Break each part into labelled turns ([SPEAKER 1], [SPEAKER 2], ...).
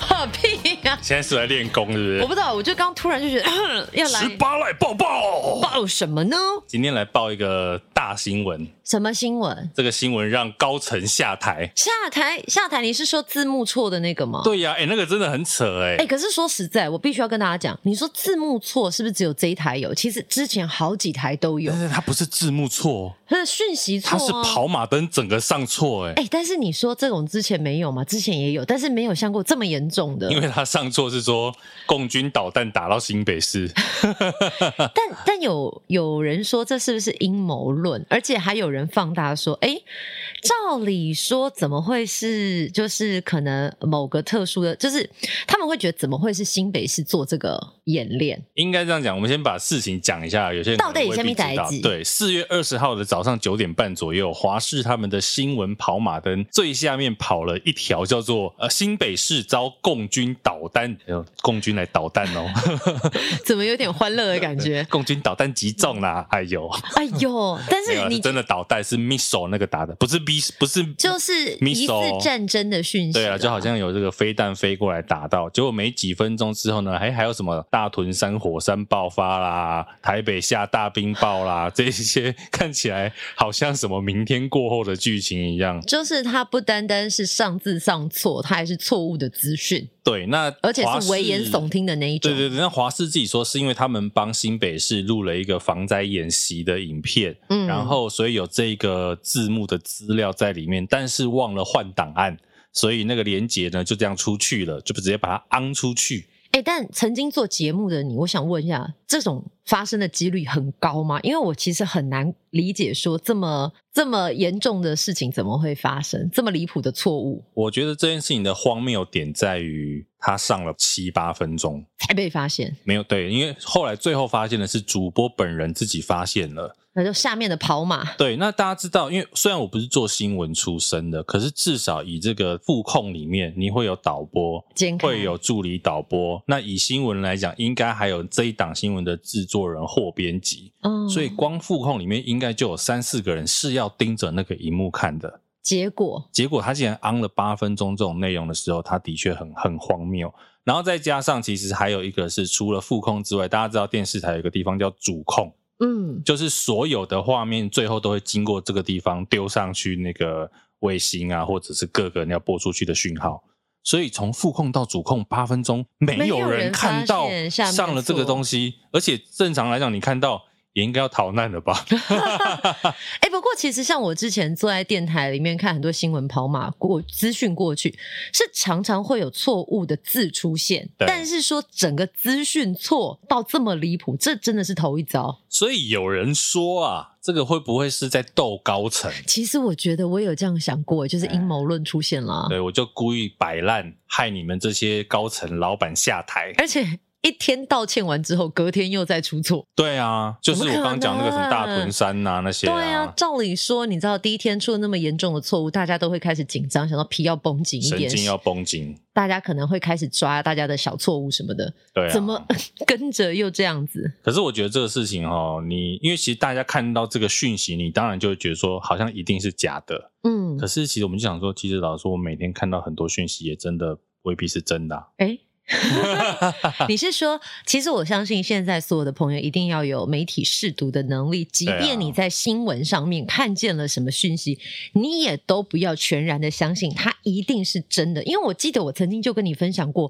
[SPEAKER 1] 哈屁呀、
[SPEAKER 2] 现在是来练功，是不
[SPEAKER 1] 我
[SPEAKER 2] 是？
[SPEAKER 1] 不知道，我就刚突然就觉 得要
[SPEAKER 3] 十
[SPEAKER 1] 来
[SPEAKER 3] 八来抱抱。
[SPEAKER 1] 报什么呢？
[SPEAKER 2] 今天来报一个大新闻，
[SPEAKER 1] 什么新闻？
[SPEAKER 2] 这个新闻让高层下台。
[SPEAKER 1] 下台下台，你是说字幕错的那个吗？。
[SPEAKER 2] 对呀、哎、那个真的很扯哎、
[SPEAKER 1] 哎、可是说实在，我必须要跟大家讲，你说字幕错是不是只有这一台有？其实之前好几台都有
[SPEAKER 2] 但，是它不是字幕错，
[SPEAKER 1] 它是讯息错、
[SPEAKER 2] 它
[SPEAKER 1] 啊。
[SPEAKER 2] 是跑马灯整个上错哎、
[SPEAKER 1] 哎、但是你说这种之前没有嘛？之前也有，但是没有像过这么严重的。
[SPEAKER 2] 因为它上错是说共军导弹打到新北市，
[SPEAKER 1] 但但有有人说这是不是阴谋论？而且还有人放大说，哎，照理说怎么会是就是可能某个特殊的，就是他们会觉得怎么会是新北市做这个演练？
[SPEAKER 2] 应该这样讲。我们先把事情讲一下，有些人
[SPEAKER 1] 到
[SPEAKER 2] 可能
[SPEAKER 1] 底
[SPEAKER 2] 未必
[SPEAKER 1] 什么
[SPEAKER 2] 知道
[SPEAKER 1] 代志
[SPEAKER 2] 对，四月二十号的早上九点半左右，华视他们的新闻跑马灯最下面跑了一条叫做“呃新北市遭共军导弹”，哎呦共军来导弹哦，？
[SPEAKER 1] 怎么有点欢乐的感觉
[SPEAKER 2] 共军导弹击中啦，哎呦，
[SPEAKER 1] 哎呦，但
[SPEAKER 2] 没有
[SPEAKER 1] 是
[SPEAKER 2] 啊
[SPEAKER 1] 你
[SPEAKER 2] 真的导弹是 missile 那个打的，不是 B 不是
[SPEAKER 1] 就是疑似
[SPEAKER 2] missile
[SPEAKER 1] 战争的讯息，
[SPEAKER 2] 对啊，就好。像有这个飞弹飞过来打到，结果没几分钟之后呢，哎还还有什么大屯山火山爆发啦，台北下大冰雹啦， 这些看起来好像什么明天过后的剧情一样。
[SPEAKER 1] 就是它不单单是上字上错，它还是错误的资讯，
[SPEAKER 2] 对，那
[SPEAKER 1] 而且
[SPEAKER 2] 华视
[SPEAKER 1] 是危言耸。听的那一种。
[SPEAKER 2] 对对对，那华视自己说是因为他们帮新北市录了一个防灾演习的影片，
[SPEAKER 1] 嗯
[SPEAKER 2] 然后所以有这个字幕的资料在里面，但是忘了换档案，所以那个连接呢就这样出去了，就直接把它昂出去。
[SPEAKER 1] 哎、但曾经做节目的你，我想问一下，这种发生的几率很高吗？因为我其实很难理解，说这么这么严重的事情怎么会发生，这么离谱的错误
[SPEAKER 2] 我觉得这件事情的荒谬点在于，他上了七八分钟，
[SPEAKER 1] 才被发现，
[SPEAKER 2] 没有对，因为后来最后发现的是主播本人自己发现了。
[SPEAKER 1] 那就下面的跑马，
[SPEAKER 2] 对，那大家知道，因为虽然我不是做新闻出身的，可是至少以这个副控里面，你会有导播，
[SPEAKER 1] 监看
[SPEAKER 2] 会有助理导播。那以新闻来讲，应该还有这一档新闻的制作人或编辑，
[SPEAKER 1] 嗯
[SPEAKER 2] 所以光副控里面应该就有三四个人是要盯着那个荧幕看的。
[SPEAKER 1] 结果
[SPEAKER 2] 结果他竟然昂了八分钟这种内容的时候，他的确很很荒谬。然后再加上，其实还有一个是除了副控之外，大家知道电视台有一个地方叫主控，
[SPEAKER 1] 嗯，
[SPEAKER 2] 就是所有的画面最后都会经过这个地方丢上去那个卫星啊，或者是各个人要播出去的讯号。所以从副控到主控八分钟，没有人看到
[SPEAKER 1] 没有人发现下面
[SPEAKER 2] 上了这个
[SPEAKER 1] 做
[SPEAKER 2] 东西，而且正常来讲，你看到也应该要逃难了 吧？
[SPEAKER 1] 哎、不过其实像我之前坐在电台里面看很多新闻跑马过资讯过去，是常常会有错误的字出现，
[SPEAKER 2] 对
[SPEAKER 1] 但是说整个资讯错到这么离谱，这真的是头一遭。
[SPEAKER 2] 所以有人说啊，这个会不会是在斗高层？
[SPEAKER 1] 其实我觉得我有这样想过，就是阴谋论出现了啊，
[SPEAKER 2] 哎对，我就故意摆烂，害你们这些高层老板下台。
[SPEAKER 1] 而且一天道歉完之后，隔天又再出错。
[SPEAKER 2] 对啊，就是我刚刚讲那个什么大屯山呐、那些
[SPEAKER 1] 对啊，照理说，你知道第一天出了那么严重的错误，大家都会开始紧张，想到皮要绷紧一
[SPEAKER 2] 神
[SPEAKER 1] 点，
[SPEAKER 2] 经要绷紧。
[SPEAKER 1] 大家可能会开始抓大家的小错误什么的，
[SPEAKER 2] 对啊，
[SPEAKER 1] 怎么 跟着又这样子？
[SPEAKER 2] 可是我觉得这个事情哦，你因为其实大家看到这个讯息，你当然就会觉得说好像一定是假的。
[SPEAKER 1] 嗯
[SPEAKER 2] 可，是其实我们就想说，其实老实说，我每天看到很多讯息，也真的未必是真的啊、
[SPEAKER 1] 哎。你是说，其实我相信现在所有的朋友一定要有媒体试读的能力，即
[SPEAKER 2] 对啊
[SPEAKER 1] 便你在新闻上面看见了什么讯息，你也都不要全然的相信它一定是真的，因为我记得我曾经就跟你分享过，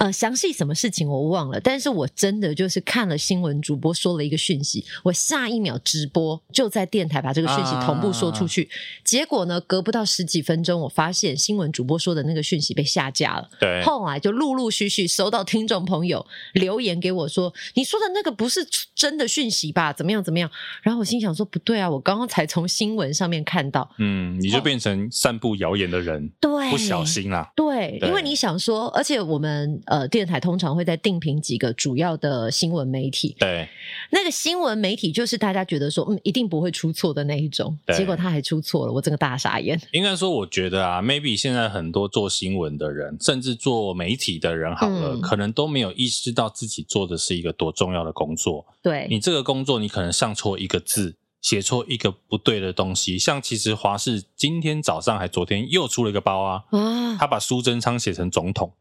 [SPEAKER 1] 呃，详细什么事情我忘了，但是我真的就是看了新闻主播说了一个讯息，我下一秒直播就在电台把这个讯息同步说
[SPEAKER 2] 啊
[SPEAKER 1] 出去，结果呢，隔不到十几分钟，我发现新闻主播说的那个讯息被下架了。
[SPEAKER 2] 对，
[SPEAKER 1] 后来就陆陆续续收到听众朋友留言给我说：“你说的那个不是真的讯息吧？怎么样怎么样？”然后我心想说：“不对啊，我刚刚才从新闻上面看到，
[SPEAKER 2] 嗯，你就变成散布谣言的人，
[SPEAKER 1] 对，
[SPEAKER 2] 不小。”心啦。
[SPEAKER 1] 对，
[SPEAKER 2] 对
[SPEAKER 1] 因为你想说，而且我们呃电台通常会在定评几个主要的新闻媒体，
[SPEAKER 2] 对，
[SPEAKER 1] 那个新闻媒体就是大家觉得说，嗯，一定不会出错的那一种，
[SPEAKER 2] 对
[SPEAKER 1] 结果他还出错了，我整个大傻眼。
[SPEAKER 2] 应该说，我觉得啊，maybe 现在很多做新闻的人，甚至做媒体的人，好了，
[SPEAKER 1] 嗯
[SPEAKER 2] 可能都没有意识到自己做的是一个多重要的工作。
[SPEAKER 1] 对，
[SPEAKER 2] 你这个工作，你可能上错一个字，写错一个不对的东西。像其实华视今天早上还昨天又出了一个包啊，
[SPEAKER 1] 啊
[SPEAKER 2] 他把苏贞昌写成总统。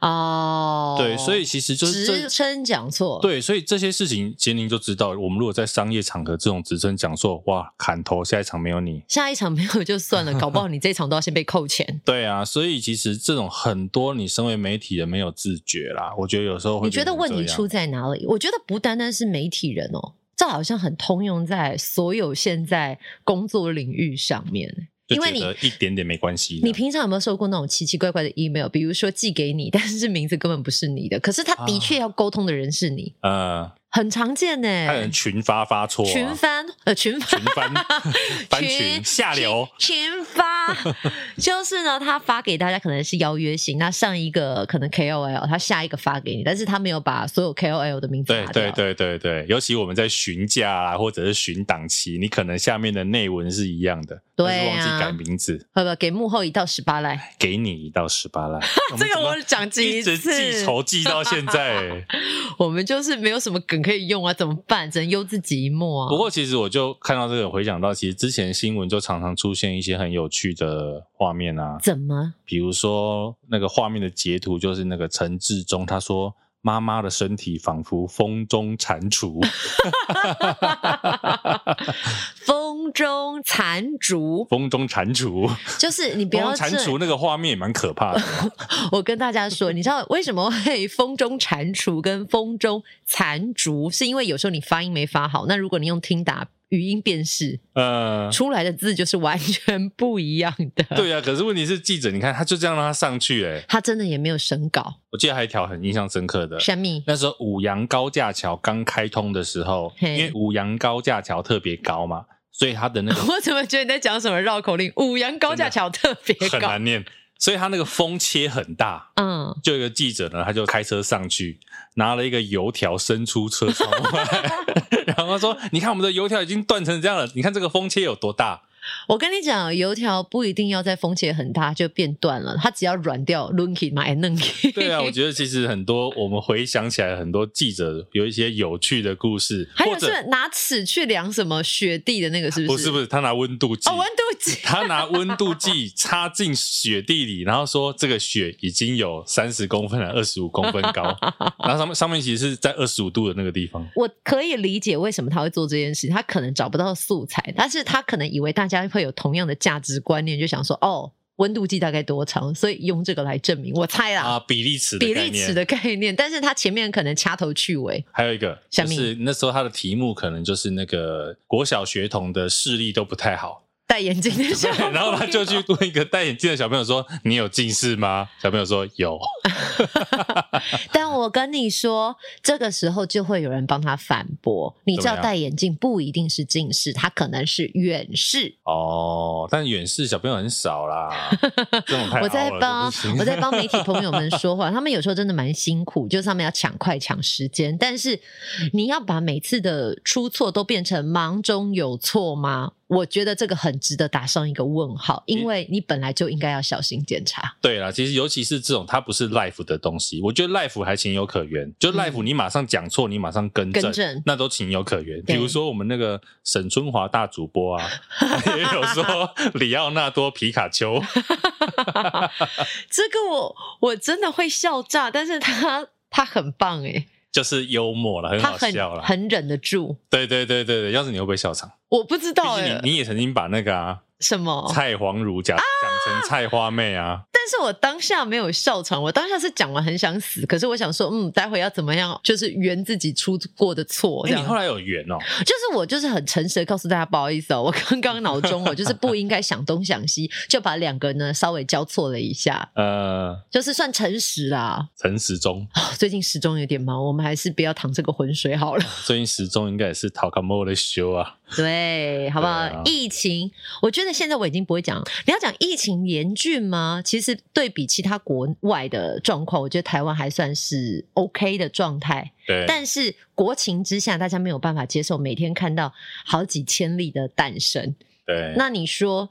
[SPEAKER 1] 哦，
[SPEAKER 2] 对，所以其实就是
[SPEAKER 1] 职
[SPEAKER 2] 这。
[SPEAKER 1] 称讲错，
[SPEAKER 2] 对，所以这些事情，杰宁就知道，我们如果在商业场合这种职称讲说，哇，砍头，下一场没有你，。
[SPEAKER 1] 下一场没有就算了，搞不好你这一场都要先被扣钱
[SPEAKER 2] 对啊，所以其实这种很多你身为媒体人没有自觉啦， 我觉得有时候会
[SPEAKER 1] 你觉得问
[SPEAKER 2] 变成
[SPEAKER 1] 题
[SPEAKER 2] 这样
[SPEAKER 1] 出在哪里？我觉得不单单是媒体人哦，这好像很通用在所有现在工作领域上面。
[SPEAKER 2] 就
[SPEAKER 1] 因为你
[SPEAKER 2] 觉得一点点没关系的，
[SPEAKER 1] 你平常有没有收过那种奇奇怪怪的 email？比如说寄给你，但是名字根本不是你的，可是他的确要沟通的人是你，
[SPEAKER 2] 呃，
[SPEAKER 1] 很常见呢、
[SPEAKER 2] 啊他可能群发发错、啊，
[SPEAKER 1] 嗯群翻呃群翻
[SPEAKER 2] 群翻 翻群下流，
[SPEAKER 1] 群 群发，就是呢，他发给大家可能是邀约型，那上一个可能 KOL，他下一个发给你，但是他没有把所有 KOL 的名字
[SPEAKER 2] 对
[SPEAKER 1] 拿掉
[SPEAKER 2] 对对对对，尤其我们在询价啊，或者是询档期，你可能下面的内文是一样的，
[SPEAKER 1] 对
[SPEAKER 2] 但是忘
[SPEAKER 1] 啊
[SPEAKER 2] 记改名字，
[SPEAKER 1] 不不，给幕后一道十八赖，
[SPEAKER 2] 给你一到十八啦。们
[SPEAKER 1] 这
[SPEAKER 2] 怎
[SPEAKER 1] 个
[SPEAKER 2] 么
[SPEAKER 1] 我讲几
[SPEAKER 2] 一直记
[SPEAKER 1] 次，
[SPEAKER 2] 仇记到现在、 欸
[SPEAKER 1] 我们就是没有什么梗可以用啊，怎么办？只能悠自己一默啊。
[SPEAKER 2] 不过其实我就看到这个，回想到其实之前新闻就常常出现一些很有趣的画面啊，
[SPEAKER 1] 怎么？
[SPEAKER 2] 比如说那个画面的截图，就是那个陈志忠他说。妈妈的身体仿佛风中蟾蜍，
[SPEAKER 1] 风中残烛，
[SPEAKER 2] 风中蟾蜍，
[SPEAKER 1] 就是你不
[SPEAKER 2] 风
[SPEAKER 1] 要
[SPEAKER 2] 中蟾
[SPEAKER 1] 这
[SPEAKER 2] 蜍那个画面也蛮可怕的。
[SPEAKER 1] 我跟大家说，你知道为什么会风中蟾蜍跟风中残烛，是因为有时候你发音没发好。那如果你用听打语音辨识
[SPEAKER 2] 呃，
[SPEAKER 1] 出来的字，就是完全不一样的。，
[SPEAKER 2] 对啊，可是问题是记者，你看他就这样让他上去、欸，
[SPEAKER 1] 他真的也没有审稿。
[SPEAKER 2] 我记得还有一条很印象深刻的，
[SPEAKER 1] 山米，
[SPEAKER 2] 那时候五羊高架桥刚开通的时候，因
[SPEAKER 1] 嘿
[SPEAKER 2] 为五羊高架桥特别高嘛，所以它的那 个
[SPEAKER 1] 我怎么觉得你在讲什么绕口令？五羊高架桥特别
[SPEAKER 2] 很
[SPEAKER 1] 高，
[SPEAKER 2] 难念，所以它那个风切很大。
[SPEAKER 1] 嗯，
[SPEAKER 2] 就有一个记者呢，他就开车上去，拿了一个油条伸出车窗外， 然后他说：“你看我们的油条已经断成这样了，你看这个风切有多大。
[SPEAKER 1] 我跟你讲，油条不一定要在风切很大就变断了，它只要软掉，lunky 嘛，嫩”
[SPEAKER 2] 对啊，我觉得其实很多我们回想起来，很多记者有一些有趣的故事，
[SPEAKER 1] 还
[SPEAKER 2] 或
[SPEAKER 1] 有
[SPEAKER 2] 者
[SPEAKER 1] 是拿尺去量什么雪地的那个，是
[SPEAKER 2] 不
[SPEAKER 1] 不是？
[SPEAKER 2] 是不是，他拿温度计
[SPEAKER 1] 哦，温度计。
[SPEAKER 2] 他拿温度计插进雪地里，然后说这个雪已经有三十公分了，二十五公分 高，然后上面上面其实是在二十五度的那个地方。
[SPEAKER 1] 我可以理解为什么他会做这件事，他可能找不到素材，但是他可能以为大家会有同样的价值观念，就想说哦，温度计大概多长，所以用这个来证明。我猜啦，
[SPEAKER 2] 啊，比例尺的
[SPEAKER 1] 比
[SPEAKER 2] 概
[SPEAKER 1] 例
[SPEAKER 2] 念，
[SPEAKER 1] 尺的概念，但是他前面可能掐头去尾，
[SPEAKER 2] 还有一个
[SPEAKER 1] 下
[SPEAKER 2] 就
[SPEAKER 1] 面
[SPEAKER 2] 是那时候他的题目可能就是那个国小学童的视力都不太好，
[SPEAKER 1] 戴眼镜的小
[SPEAKER 2] 对，然后他就去问一个戴眼镜的小朋友说：“你有近视吗？”小朋友说：“有。
[SPEAKER 1] 但我跟你说，这个时候就会有人帮他反驳。你知
[SPEAKER 2] 怎么样
[SPEAKER 1] 道戴眼镜不一定是近视，它可能是远视”。
[SPEAKER 2] 哦，但远视小朋友很少 啦，这种太
[SPEAKER 1] 我在
[SPEAKER 2] 凹了
[SPEAKER 1] 帮
[SPEAKER 2] 这不行
[SPEAKER 1] 我在帮媒体朋友们说话，他们有时候真的蛮辛苦，就是他们要抢快抢时间，但是你要把每次的出错都变成忙中有错吗？我觉得这个很值得打上一个问号，因为你本来就应该要小心检查。
[SPEAKER 2] 对啦，其实尤其是这种它不是 life 的东西，我觉得 life 还情有可原。就 life 你马上讲错，你马上更正，
[SPEAKER 1] 嗯更正
[SPEAKER 2] 那都情有可原。比
[SPEAKER 1] 对
[SPEAKER 2] 如说我们那个沈春华大主播啊，也有 说里奥纳多皮卡丘，
[SPEAKER 1] 这个我我真的会笑炸，但是他他很棒诶、
[SPEAKER 2] 就是幽默了，很
[SPEAKER 1] 他
[SPEAKER 2] 好
[SPEAKER 1] 很
[SPEAKER 2] 笑了。
[SPEAKER 1] 很忍得住。
[SPEAKER 2] 对对对对对，要是你会不会笑场？
[SPEAKER 1] 我不知道
[SPEAKER 2] 毕
[SPEAKER 1] 哎、
[SPEAKER 2] 竟你你也曾经把那个啊
[SPEAKER 1] 什么？
[SPEAKER 2] 菜黄乳讲
[SPEAKER 1] 啊
[SPEAKER 2] 讲成菜花妹啊，
[SPEAKER 1] 但是我当下没有笑场，我当下是讲完很想死，可是我想说，嗯，待会要怎么样，就是圆自己出过的错，
[SPEAKER 2] 哎、
[SPEAKER 1] 这
[SPEAKER 2] 你
[SPEAKER 1] 样。
[SPEAKER 2] 后来有缘哦，
[SPEAKER 1] 就是我就是很诚实的告诉大家，不好意思哦，我刚刚脑中我就是不应该想东想西，就把两个呢稍微交错了一下，
[SPEAKER 2] 呃，
[SPEAKER 1] 就是算诚实啦。
[SPEAKER 2] 陈时中，
[SPEAKER 1] 哦最近时钟有点忙，我们还是不要淌这个浑水好了。
[SPEAKER 2] 最近时钟应该也是陶卡莫的修啊，
[SPEAKER 1] 对，好不好？
[SPEAKER 2] 对啊
[SPEAKER 1] 疫情，我觉得现在我已经不会讲。你要讲疫情严峻吗？其实对比其他国外的状况，我觉得台湾还算是 OK 的状态。
[SPEAKER 2] 对，
[SPEAKER 1] 但是国情之下，大家没有办法接受每天看到好几千例的诞生。
[SPEAKER 2] 对，
[SPEAKER 1] 那你说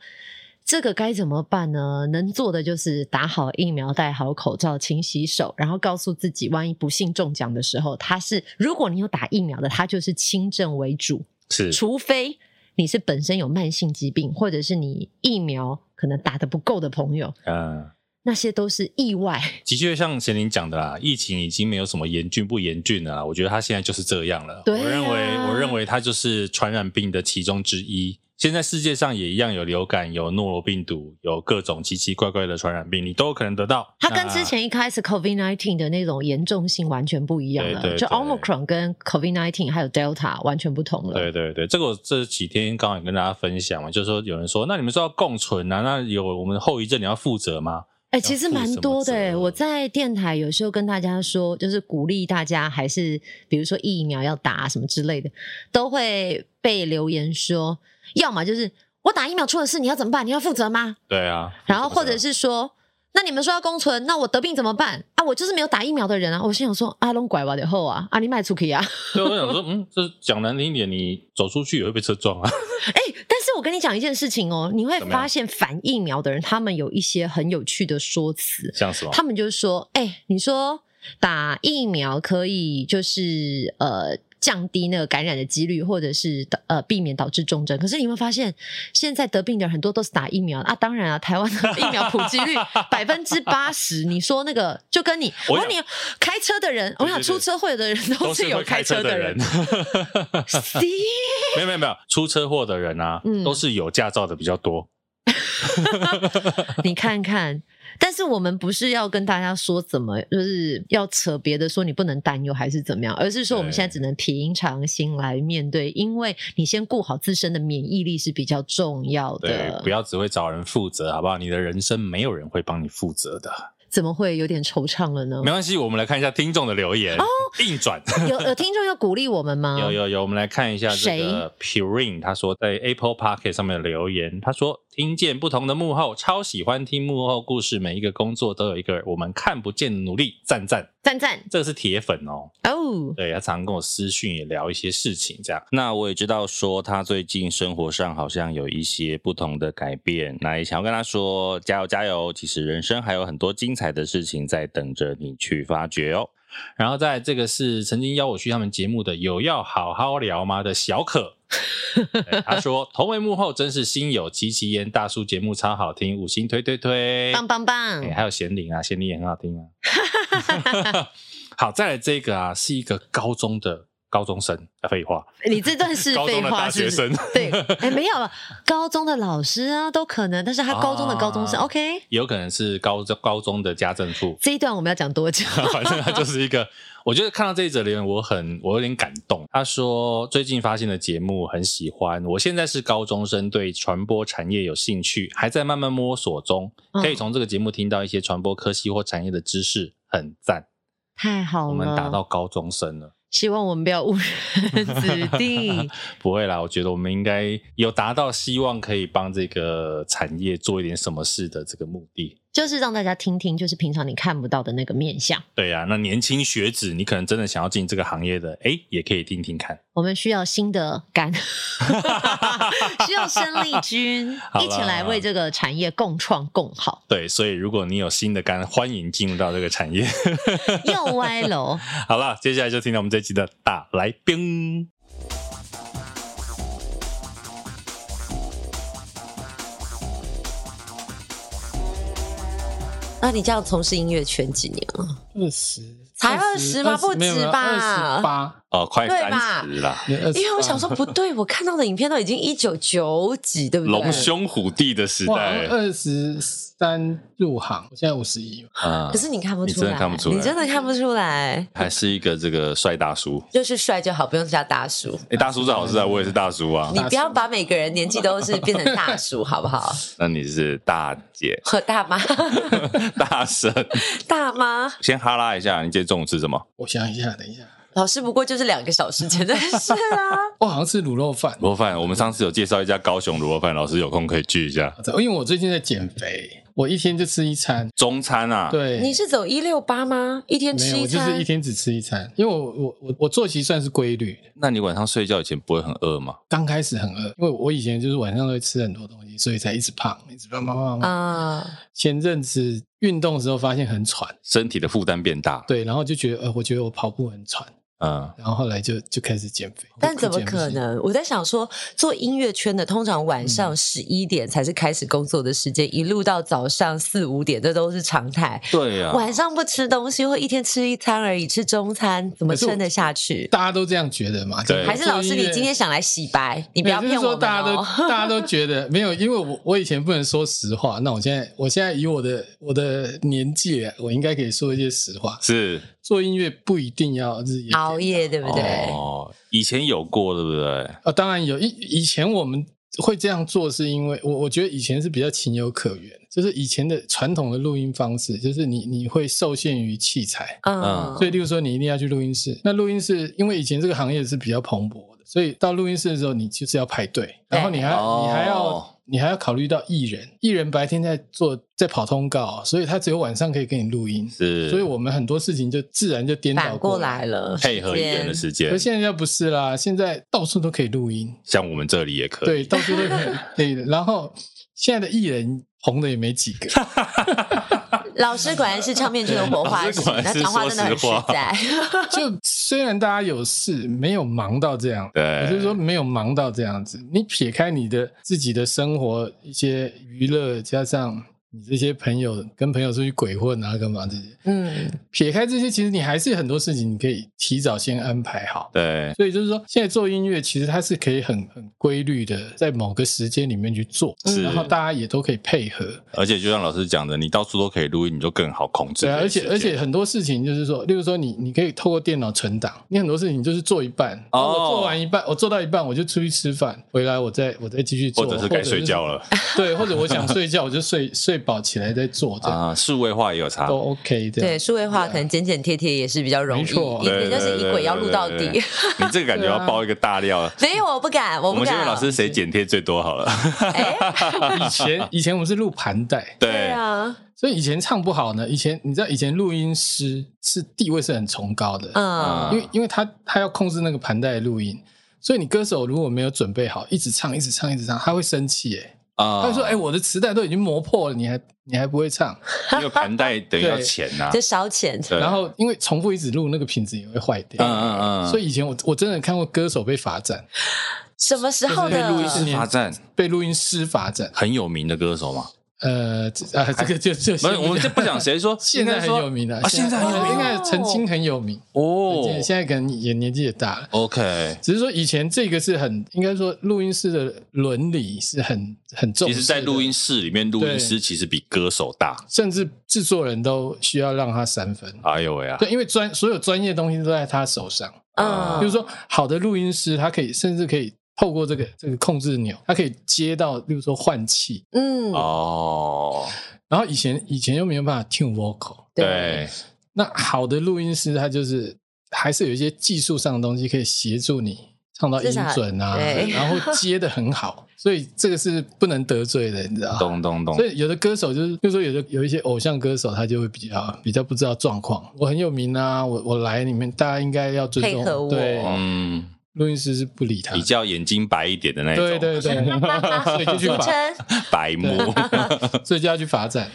[SPEAKER 1] 这个该怎么办呢？能做的就是打好疫苗，戴好口罩，勤洗手，然后告诉自己，万一不幸中奖的时候，他是如果你有打疫苗的，他就是轻症为主，
[SPEAKER 2] 是
[SPEAKER 1] 除非你是本身有慢性疾病，或者是你疫苗可能打得不够的朋友，
[SPEAKER 2] 嗯。
[SPEAKER 1] 那些都是意外。
[SPEAKER 2] 的确，像贤玲讲的啦，疫情已经没有什么严峻不严峻了啦。我觉得它现在就是这样了。
[SPEAKER 1] 对啊
[SPEAKER 2] 我认为，我认为它就是传染病的其中之一。现在世界上也一样有流感、有诺罗病毒、有各种奇奇怪怪的传染病，你都有可能得到。
[SPEAKER 1] 它跟
[SPEAKER 2] 那
[SPEAKER 1] 之前一开始 COVID nineteen 的那种严重性完全不一样了，
[SPEAKER 2] 对对
[SPEAKER 1] 就
[SPEAKER 2] 对
[SPEAKER 1] Omicron 跟 COVID nineteen 还有 Delta 完全不同了。
[SPEAKER 2] 对对对，这个我这几天刚好也跟大家分享嘛，就是说有人说，那你们说要共存啊，那有我们后遗症你要负责吗？
[SPEAKER 1] 哎、
[SPEAKER 2] 要
[SPEAKER 1] 其实
[SPEAKER 2] 负
[SPEAKER 1] 蛮
[SPEAKER 2] 什么
[SPEAKER 1] 多的、
[SPEAKER 2] 责
[SPEAKER 1] 欸。
[SPEAKER 2] 任
[SPEAKER 1] 我在电台有时候跟大家说，就是鼓励大家，还是比如说疫苗要打什么之类的，都会被留言说，要么就是我打疫苗出了事，你要怎么办？你要负责吗？
[SPEAKER 2] 对啊，
[SPEAKER 1] 然后
[SPEAKER 2] 负
[SPEAKER 1] 或
[SPEAKER 2] 责
[SPEAKER 1] 者是说，那你们说要共存，那我得病怎么办啊？我就是没有打疫苗的人啊！我心想说，阿龙拐吧的后啊，啊你卖出去啊！
[SPEAKER 2] 所以我想说，嗯，这讲难听一点，你走出去也会被车撞啊。
[SPEAKER 1] 哎、但是我跟你讲一件事情哦，你会
[SPEAKER 2] 怎么样
[SPEAKER 1] 发现反疫苗的人，他们有一些很有趣的说辞。
[SPEAKER 2] 像什么？
[SPEAKER 1] 他们就说：“哎、你说打疫苗可以就是呃降低那个感染的几率，或者是呃避免导致重症。可是你有没有发现，现在得病的人很多都是打疫苗啊？当然啊，台湾的疫苗普及 率百分之八十。你说那个就跟你
[SPEAKER 2] 我
[SPEAKER 1] 我
[SPEAKER 2] 想
[SPEAKER 1] 跟你开车的人，我
[SPEAKER 2] 对
[SPEAKER 1] 想
[SPEAKER 2] 对
[SPEAKER 1] 出车祸的人都是有
[SPEAKER 2] 会开
[SPEAKER 1] 车
[SPEAKER 2] 的。
[SPEAKER 1] 人。See？
[SPEAKER 2] 没有没有没有，出车祸的人啊，
[SPEAKER 1] 嗯
[SPEAKER 2] 都是有驾照的比较多。
[SPEAKER 1] 你看看。”但是我们不是要跟大家说怎么，就是要扯别的说你不能担忧还是怎么样，而是说我们
[SPEAKER 2] 对
[SPEAKER 1] 现在只能平常心来面对，因为你先顾好自身的免疫力是比较重要
[SPEAKER 2] 对，
[SPEAKER 1] 的
[SPEAKER 2] 不。要只会找人负责，好不好？你的人生没有人会帮你负责的。
[SPEAKER 1] 怎么会有点惆怅了呢
[SPEAKER 2] 没？关系，我们来看一下听众的留言。哦，硬 转。
[SPEAKER 1] 有有听众要鼓励我们吗？
[SPEAKER 2] 有有有，我们来看一下这
[SPEAKER 1] 谁
[SPEAKER 2] 个 Purin，他说在 Apple p o c k e t 上面的留言，他说听见不同的幕后，超喜欢听幕后故事，每一个工作都有一个我们看不见的努力，赞赞，
[SPEAKER 1] 赞赞
[SPEAKER 2] 这个是铁粉哦。
[SPEAKER 1] 哦，
[SPEAKER 2] 对，他常常跟我私讯也聊一些事情，这样。那我也知道说他最近生活上好像有一些不同的改变，那也想要跟他说加油加油！其实人生还有很多精彩的事情在等着你去发掘哦。然后在这个是曾经邀我去他们节目的有要好好聊吗的小可，对他说同为幕后真是心有戚戚焉，大叔节目超好听，五星推推推，
[SPEAKER 1] 棒棒棒
[SPEAKER 2] 哎、！还有贤玲啊，贤玲也很好听啊。 好，再来这个啊，是一个高中的高中生，啊废话，
[SPEAKER 1] 你这段是
[SPEAKER 2] 高
[SPEAKER 1] 废
[SPEAKER 2] 中的
[SPEAKER 1] 话
[SPEAKER 2] 大学
[SPEAKER 1] 是不是？
[SPEAKER 2] 生，
[SPEAKER 1] 对，哎，没有高中的老师啊，都可能，但是他高中的高中生
[SPEAKER 2] 啊
[SPEAKER 1] ，OK，，
[SPEAKER 2] 有可能是高中高中的家政妇
[SPEAKER 1] 这一段我们要讲多久？
[SPEAKER 2] 反正他就是一个。我觉得看到这一则留言，我很我有点感动。他说最近发现的节目很喜欢，我现在是高中生，对传播产业有兴趣，还在慢慢摸索中，可以
[SPEAKER 1] 嗯
[SPEAKER 2] 从这个节目听到一些传播科系或产业的知识，很赞。
[SPEAKER 1] 太好了，
[SPEAKER 2] 我们打到高中生了。
[SPEAKER 1] 希望我们不要误 人子 弟。
[SPEAKER 2] 不会啦，我觉得我们应该有达到希望可以帮这个产业做一点什么事的这个目的。
[SPEAKER 1] 就是让大家听听，就是平常你看不到的那个面相。
[SPEAKER 2] 对呀、那年轻学子，你可能真的想要进这个行业的，哎，也可以听听看。
[SPEAKER 1] 我们需要新的肝， 需要生力 军
[SPEAKER 2] 好，啦
[SPEAKER 1] 一起来为这个产业共创共好。
[SPEAKER 2] 对，所以如果你有新的肝，欢迎进入到这个产业。
[SPEAKER 1] 又歪楼，
[SPEAKER 2] 好了，接下来就听到我们这期的大来宾。
[SPEAKER 1] 那你这样从事音乐圈几年了？
[SPEAKER 4] 二十
[SPEAKER 1] 才20吗不止吧
[SPEAKER 4] 二十八，
[SPEAKER 2] 哦，快
[SPEAKER 1] 对吧
[SPEAKER 2] 三十啦，
[SPEAKER 4] 你28
[SPEAKER 1] 因为我想说不对，我看到的影片都已经一九九几，对不对？
[SPEAKER 2] 龙兄虎弟的时
[SPEAKER 4] 哇，
[SPEAKER 2] 代
[SPEAKER 4] 二十三入行，我现在五十一，
[SPEAKER 2] 啊
[SPEAKER 1] 可，是你看不
[SPEAKER 2] 你
[SPEAKER 1] 出
[SPEAKER 2] 真
[SPEAKER 1] 来，
[SPEAKER 2] 的看不出来
[SPEAKER 1] 你真的看不出来
[SPEAKER 2] 还是一个这个帅大叔。
[SPEAKER 1] 就是帅就好，不用叫大叔。
[SPEAKER 2] 哎，大叔最好是
[SPEAKER 1] 嗯
[SPEAKER 2] 啊，我也是大叔啊
[SPEAKER 1] 你。不要把每个人年纪都是变成大叔，好不好？
[SPEAKER 2] 那你是大姐
[SPEAKER 1] 和大妈，
[SPEAKER 2] 大婶，
[SPEAKER 1] 大妈，
[SPEAKER 2] 先哈拉一下，你今天中午吃什么？
[SPEAKER 4] 我想一下，等一下，
[SPEAKER 1] 老师不过就是两个小时前的事啊。
[SPEAKER 4] 我好像吃卤肉饭，
[SPEAKER 2] 卤肉饭。我们上次有介绍一家高雄卤肉饭，老师有空可以去一下。
[SPEAKER 4] 因为我最近在减肥，我一天就吃一餐，
[SPEAKER 2] 中餐啊，
[SPEAKER 4] 对，
[SPEAKER 1] 你是走一六八吗？一天
[SPEAKER 4] 没
[SPEAKER 1] 吃
[SPEAKER 4] 有，我就
[SPEAKER 1] 餐，
[SPEAKER 4] 是一天只吃一餐，因为我我我我作息算是规律的。
[SPEAKER 2] 那你晚上睡觉以前不会很饿吗？
[SPEAKER 4] 刚开始很饿，因为我以前就是晚上都会吃很多东西，所以才一直胖，一直胖胖胖。胖
[SPEAKER 1] 啊，
[SPEAKER 4] 前阵子运动的时候发现很喘，
[SPEAKER 2] 身体的负担变大，
[SPEAKER 4] 对，然后就觉得呃，我觉得我跑步很喘，
[SPEAKER 2] 嗯，
[SPEAKER 4] 然后后来就就开始减肥。
[SPEAKER 1] 但怎么
[SPEAKER 4] 减不嗯
[SPEAKER 1] 可
[SPEAKER 4] 行？
[SPEAKER 1] 能？我在想说，做音乐圈的通常晚上十一点才是开始工作的时间，一路到早上四五点，这都是常态。
[SPEAKER 2] 对
[SPEAKER 4] 啊
[SPEAKER 2] 啊呀、
[SPEAKER 1] 晚上不吃东西，或一天吃一餐而已，吃中餐怎么
[SPEAKER 4] 可是我
[SPEAKER 1] 撑得下去？
[SPEAKER 4] 大家都这样觉得嘛？
[SPEAKER 2] 对
[SPEAKER 1] 还是老师，
[SPEAKER 4] 做音乐
[SPEAKER 1] 你今天想来洗白？你不要
[SPEAKER 4] 没
[SPEAKER 1] 骗
[SPEAKER 4] 有就是
[SPEAKER 1] 我们
[SPEAKER 4] 说大家都
[SPEAKER 1] 哦！
[SPEAKER 4] 大家都觉得没有，因为我我以前不能说实话，那我现在我现在以我的我的年纪，啊我应该可以说一些实话。
[SPEAKER 2] 是
[SPEAKER 4] 做音乐不一定要日夜
[SPEAKER 1] 熬夜对不对？
[SPEAKER 2] 哦，以前有过，对不对？
[SPEAKER 4] 啊，当然有。以以前我们会这样做，是因为我我觉得以前是比较情有可原，就是以前的传统的录音方式，就是你你会受限于器材，
[SPEAKER 1] 嗯，
[SPEAKER 4] 所以例如说你一定要去录音室。那录音室因为以前这个行业是比较蓬勃的，所以到录音室的时候，你就是要排队，然后你还
[SPEAKER 2] 哦
[SPEAKER 4] 啊你还要。你还要考虑到艺人，艺人白天在做在跑通告，啊所以他只有晚上可以给你录音，
[SPEAKER 2] 是，
[SPEAKER 4] 所以我们很多事情就自然就颠倒
[SPEAKER 1] 反过
[SPEAKER 4] 过
[SPEAKER 1] 来。了，
[SPEAKER 2] 配合演员的时间
[SPEAKER 4] 可，现在不是啦，现在到处都可以录音，
[SPEAKER 2] 像我们这里也可以。
[SPEAKER 4] 对，到处都可以。对， 然后现在的艺人红的也没几个，
[SPEAKER 1] 老师果然是唱片圈的活化石
[SPEAKER 2] 老师果，然
[SPEAKER 1] 那
[SPEAKER 2] 是
[SPEAKER 1] 讲话真的很实
[SPEAKER 2] 说实话
[SPEAKER 1] 在。
[SPEAKER 4] 就虽然大家有事，没有忙到这样。
[SPEAKER 2] 对，
[SPEAKER 4] 我是说，没有忙到这样子。你撇开你的自己的生活、一些娱乐，加上你这些朋友跟朋友出去鬼混啊，干嘛这些，
[SPEAKER 1] 嗯，
[SPEAKER 4] 撇开这些，其实你还是有很多事情你可以提早先安排好。
[SPEAKER 2] 对，
[SPEAKER 4] 所以就是说，现在做音乐其实它是可以很很规律的，在某个时间里面去做，
[SPEAKER 2] 是
[SPEAKER 4] 然后大家也都可以配合。
[SPEAKER 2] 而且就像老师讲的，你到处都可以录音，你就更好控制
[SPEAKER 4] 对啊，而
[SPEAKER 2] 这
[SPEAKER 4] 且
[SPEAKER 2] 个
[SPEAKER 4] 而
[SPEAKER 2] 时间。
[SPEAKER 4] 且很多事情就是说，例如说你你可以透过电脑存档，你很多事情就是做一半，
[SPEAKER 2] 哦
[SPEAKER 4] 我做完一半，我做到一半我就出去吃饭，回来我再我再继续做，
[SPEAKER 2] 或者是该睡觉
[SPEAKER 4] 了，
[SPEAKER 2] 了
[SPEAKER 4] 对，或者我想睡觉我就睡 睡饱起来再做，这样
[SPEAKER 2] 啊，数位化也有差
[SPEAKER 4] 都。OK 这
[SPEAKER 1] 对，
[SPEAKER 4] 样。
[SPEAKER 1] 数位化可能剪剪贴贴也是比较容易，
[SPEAKER 4] 啊没错
[SPEAKER 1] 一
[SPEAKER 2] 啊对
[SPEAKER 1] 你就是一轨要录到。
[SPEAKER 2] 对对对对
[SPEAKER 1] 底。
[SPEAKER 2] 对你这个感觉
[SPEAKER 4] 啊
[SPEAKER 2] 要爆一个大料。
[SPEAKER 1] 没有，我不敢，我
[SPEAKER 2] 我
[SPEAKER 1] 不
[SPEAKER 2] 们这
[SPEAKER 1] 敢。啊
[SPEAKER 2] 边老师，谁剪贴最多好了？
[SPEAKER 1] 哎，
[SPEAKER 4] 以前以前我们是录盘带，
[SPEAKER 1] 对啊，
[SPEAKER 4] 所以以前唱不好呢，以前你知道以前录音师是地位是很崇高的，
[SPEAKER 2] 啊
[SPEAKER 1] 嗯，
[SPEAKER 4] 因为因为他他要控制那个盘带的录音。所以你歌手如果没有准备好，一直唱一直唱一直唱，他会生气耶、
[SPEAKER 2] 啊，
[SPEAKER 4] 他 就说：“哎、我的磁带都已经磨破了，你还你还不会唱？
[SPEAKER 2] 因为盘带等于要钱呐
[SPEAKER 1] 这，烧钱，
[SPEAKER 2] 对
[SPEAKER 4] 然后因为重复一直录，那个品质也会坏掉。
[SPEAKER 2] 嗯嗯嗯，
[SPEAKER 4] 所以以前我我真的看过歌手被罚站，
[SPEAKER 1] 什么时候
[SPEAKER 4] 就是被
[SPEAKER 1] 的
[SPEAKER 4] 录音室
[SPEAKER 2] 罚站
[SPEAKER 4] 被录音师罚站。
[SPEAKER 2] 很有名的歌手嘛，
[SPEAKER 4] 呃，这啊，这个就就
[SPEAKER 2] 没有，我们就不讲谁说，
[SPEAKER 4] 现在很有名了
[SPEAKER 2] 啊，现在很有名
[SPEAKER 4] 应该曾经很有名，
[SPEAKER 2] 哦
[SPEAKER 4] 现在现在可能也年纪也大了。
[SPEAKER 2] ，OK，
[SPEAKER 4] 只是说以前这个是很应该说录音室的伦理是很很重
[SPEAKER 2] 其
[SPEAKER 4] 视的，
[SPEAKER 2] 实，在录音室里面，录音师其实比歌手大。
[SPEAKER 4] 甚至制作人都需要让他三分，
[SPEAKER 2] 哎呦喂啊！
[SPEAKER 4] 对，因为专所有专业东西都在他手上。
[SPEAKER 1] 嗯，
[SPEAKER 4] 比如说，好的录音师，他可以甚至可以透过这个这个控制钮，他可以接到，比如说换气。
[SPEAKER 1] 嗯，
[SPEAKER 2] 哦，
[SPEAKER 4] 然后以前以前又没有办法 tune vocal，
[SPEAKER 2] 对，
[SPEAKER 4] 那好的录音师他就是还是有一些技术上的东西可以协助你唱到音准啊，
[SPEAKER 1] 至少对
[SPEAKER 4] 然后接的很好，所以这个是不能得罪的，你知道吗？
[SPEAKER 2] 咚咚咚
[SPEAKER 4] 所，以有的歌手就是，比如说有的有一些偶像歌手，他就会比较比较不知道状况。我很有名啊，我我来你们大家应该要尊
[SPEAKER 1] 配合我
[SPEAKER 4] 重，对，
[SPEAKER 2] 嗯，
[SPEAKER 4] 录音师是不理他
[SPEAKER 2] 比，较眼睛白一点的那种，
[SPEAKER 4] 对对对， 所以就去
[SPEAKER 1] 主持
[SPEAKER 4] 罚，
[SPEAKER 1] 人，
[SPEAKER 2] 白目。
[SPEAKER 4] 所以就要去罚站。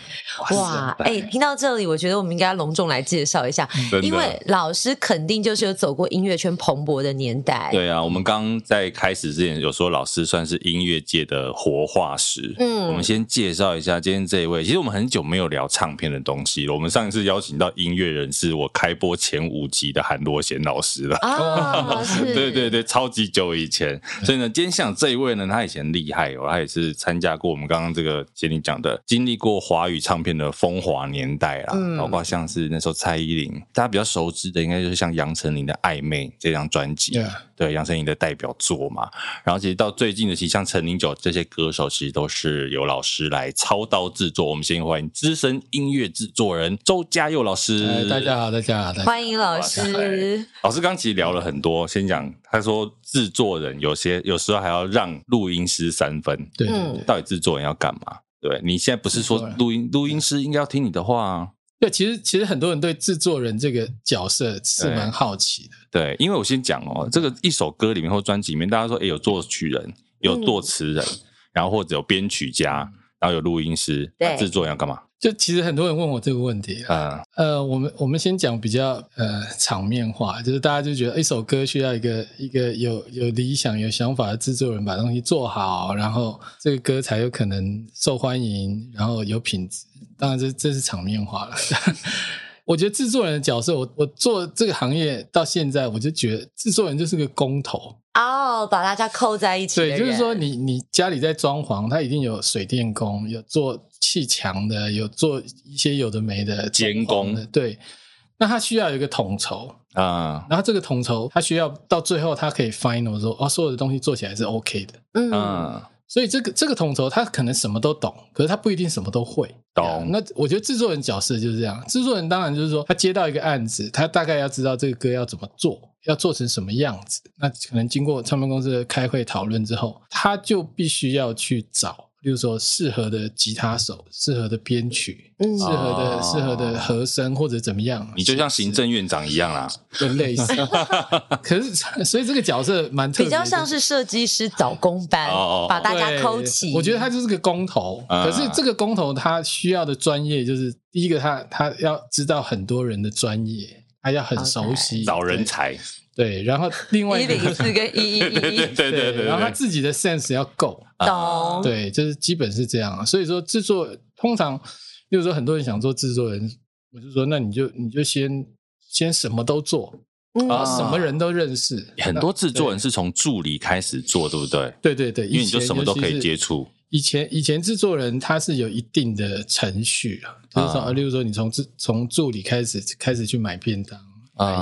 [SPEAKER 1] 哇，哎、听到这里，我觉得我们应该隆重来介绍一下，
[SPEAKER 2] 真的
[SPEAKER 1] 因为老师肯定就是有走过音乐圈蓬勃的年代。，
[SPEAKER 2] 对啊，我们刚在开始之前有说，老师算是音乐界的活化石。
[SPEAKER 1] 嗯
[SPEAKER 2] 我们先介绍一下今天这一位。其实我们很久没有聊唱片的东西了。我们上一次邀请到音乐人是我开播前五集的韩若贤老师了。
[SPEAKER 1] 啊，是，
[SPEAKER 2] 对对对，超级久以 前，所以呢，今天像这一位呢，他以前厉害哦，他也是参加过我们刚刚这个杰尼讲的，经历过华语唱片的风华年代啦，
[SPEAKER 1] 嗯
[SPEAKER 2] 包括像是那时候蔡依林，大家比较熟知的应该就是像杨丞琳的《暧昧》这张专辑，
[SPEAKER 4] Yeah
[SPEAKER 2] 对杨丞琳的代表作嘛。然后其实到最近的，其实像陈零九这些歌手，其实都是由老师来操刀制作。我们先欢迎资深音乐制作人周家佑老师，
[SPEAKER 4] 哎，大家好，大家好，大家好
[SPEAKER 1] 欢迎老师。
[SPEAKER 2] 老师刚其实聊了很多，先讲他说制作人有些有时候还要让录音师三分，
[SPEAKER 4] 对，
[SPEAKER 1] 嗯，
[SPEAKER 2] 到底制作人要干嘛？对你现在不是说
[SPEAKER 4] 制作人
[SPEAKER 2] 录音录音师应该要听你的话、啊？
[SPEAKER 4] 对，其实其实很多人对制作人这个角色是
[SPEAKER 2] 对
[SPEAKER 4] 蛮好奇的，
[SPEAKER 2] 对，因为我先讲哦，这个一首歌里面或专辑里面，大家说诶有作曲人，有作词人，
[SPEAKER 4] 嗯
[SPEAKER 2] 然后或者有编曲家，然后有录音师，
[SPEAKER 1] 对
[SPEAKER 2] 那制作人要干嘛？
[SPEAKER 4] 就其实很多人问我这个问题啊。
[SPEAKER 2] 嗯，
[SPEAKER 4] 呃，我们我们先讲比较呃场面化，就是大家就觉得一首歌需要一个一个有有理想、有想法的制作人把东西做好，然后这个歌才有可能受欢迎，然后有品质。当然这这是场面化了。 我觉得制作人的角色，我我做这个行业到现在，我就觉得制作人就是个工头，
[SPEAKER 1] 哦，把大家扣在一起的
[SPEAKER 4] 对，
[SPEAKER 1] 人。
[SPEAKER 4] 就是说你你家里在装潢，它一定有水电工，有做砌墙的，有做一些有的没的
[SPEAKER 2] 监
[SPEAKER 4] 装潢的
[SPEAKER 2] 工
[SPEAKER 4] 对，那它需要有一个统筹，
[SPEAKER 2] 啊、
[SPEAKER 4] 然后这个统筹它需要到最后它可以 final 说哦，所有的东西做起来是 OK 的。
[SPEAKER 1] 嗯，
[SPEAKER 2] 嗯，
[SPEAKER 4] 所以这个这个统筹，他可能什么都懂，可是他不一定什么都会。
[SPEAKER 2] 懂
[SPEAKER 4] 对啊那我觉得制作人角色就是这样，制作人当然就是说，他接到一个案子，他大概要知道这个歌要怎么做，要做成什么样子。那可能经过唱片公司的开会讨论之后，他就必须要去找，例如说适合的吉他手、适合的编曲、
[SPEAKER 1] 嗯
[SPEAKER 4] 适合的、
[SPEAKER 2] 哦
[SPEAKER 4] 适合的和声或者怎么样。
[SPEAKER 2] 你就像行政院长一样啦，
[SPEAKER 4] 就类似， 可是 所以这个角色蛮特别
[SPEAKER 1] 比
[SPEAKER 4] 的，
[SPEAKER 1] 较像是设计师早工班，
[SPEAKER 2] 哦哦哦
[SPEAKER 1] 把大家
[SPEAKER 4] 对
[SPEAKER 1] 扣起。
[SPEAKER 4] 我觉得他就是个工头，
[SPEAKER 2] 啊
[SPEAKER 4] 可是这个工头他需要的专业就是第一个他，他要知道很多人的专业，他要很熟悉
[SPEAKER 2] 找人才，
[SPEAKER 4] 对对，然后另外
[SPEAKER 1] 一
[SPEAKER 4] 啊 一个
[SPEAKER 1] 零四跟一一
[SPEAKER 2] 对对对
[SPEAKER 1] 一一，
[SPEAKER 2] 对对对，
[SPEAKER 4] 然后他自己的 sense 要够，
[SPEAKER 1] 懂。
[SPEAKER 4] 对，就是基本是这样啊。所以说制作通常，比如说很多人想做制作人，我就说那你就你就先先什么都做，
[SPEAKER 1] 嗯
[SPEAKER 4] 然后啊什么人都认识，
[SPEAKER 2] 啊很多制作人是从助理开始做，对不对？
[SPEAKER 4] 对对对，
[SPEAKER 2] 因为你就
[SPEAKER 4] 以前
[SPEAKER 2] 什么都
[SPEAKER 4] 尤其
[SPEAKER 2] 可以
[SPEAKER 4] 是
[SPEAKER 2] 接触。
[SPEAKER 4] 以前以前制作人他是有一定的程序啊，就是说，
[SPEAKER 2] 啊
[SPEAKER 4] 呃例如说你从自从助理开始开始去买便当、
[SPEAKER 2] 啊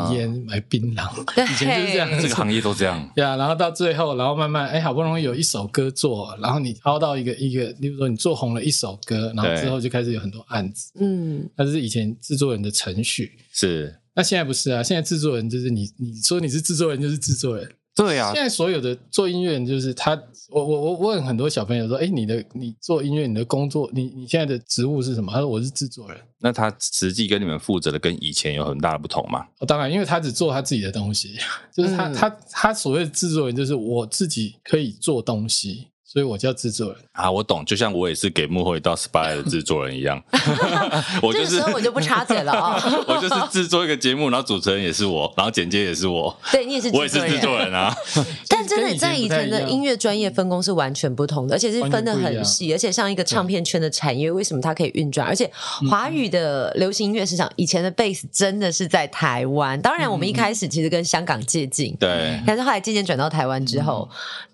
[SPEAKER 4] 买烟、买槟榔，
[SPEAKER 1] 对
[SPEAKER 4] 哎以前就是这样，
[SPEAKER 2] 这个行业都这样，
[SPEAKER 4] 对啊，然后到最后，然后慢慢哎，好不容易有一首歌做，然后你凹到一个一个，例如说你做红了一首歌，然后
[SPEAKER 2] 对
[SPEAKER 4] 之后就开始有很多案子，
[SPEAKER 1] 嗯，
[SPEAKER 4] 那是以前制作人的程序。
[SPEAKER 2] 是
[SPEAKER 4] 那现在不是啊，现在制作人就是你，你说你是制作人就是制作人，
[SPEAKER 2] 对啊
[SPEAKER 4] 现，在所有的做音乐人，就是他，我我我问很多小朋友说：“哎、你的你做音乐，你的工作，你你现在的职务是什么？”他说：“我是制作人。
[SPEAKER 2] 那他实际跟你们负责的跟以前有很大的不同嘛？
[SPEAKER 4] 哦”当然，因为他只做他自己的东西， 就是他、
[SPEAKER 1] 嗯
[SPEAKER 4] 他他所谓的制作人，就是我自己可以做东西，所以我叫制作人。
[SPEAKER 2] 啊，我懂，就像我也是给幕后一道 spy 的制作人一 样，我
[SPEAKER 1] 这
[SPEAKER 2] 就
[SPEAKER 1] 个
[SPEAKER 2] 是
[SPEAKER 1] 时候我就不插嘴 了啊、哦。
[SPEAKER 2] 我就是制作一个节目，然后主持人也是我，然后剪接也是我，
[SPEAKER 1] 对你也是
[SPEAKER 2] 我也是制作人啊。
[SPEAKER 1] 但真的在以前
[SPEAKER 4] 跟以前不太一
[SPEAKER 1] 的
[SPEAKER 4] 样
[SPEAKER 1] 音乐专业分工是完全不同的，而且是分得很细，而且像一个唱片圈的产业，为什么它可以运转？而且
[SPEAKER 4] 嗯
[SPEAKER 1] 华语的流行音乐市场，以前的 base 真的是在台湾。当然，我们一
[SPEAKER 4] 嗯
[SPEAKER 1] 开始其实跟香港接近，
[SPEAKER 2] 对，
[SPEAKER 1] 但是后来渐渐转到台湾之后，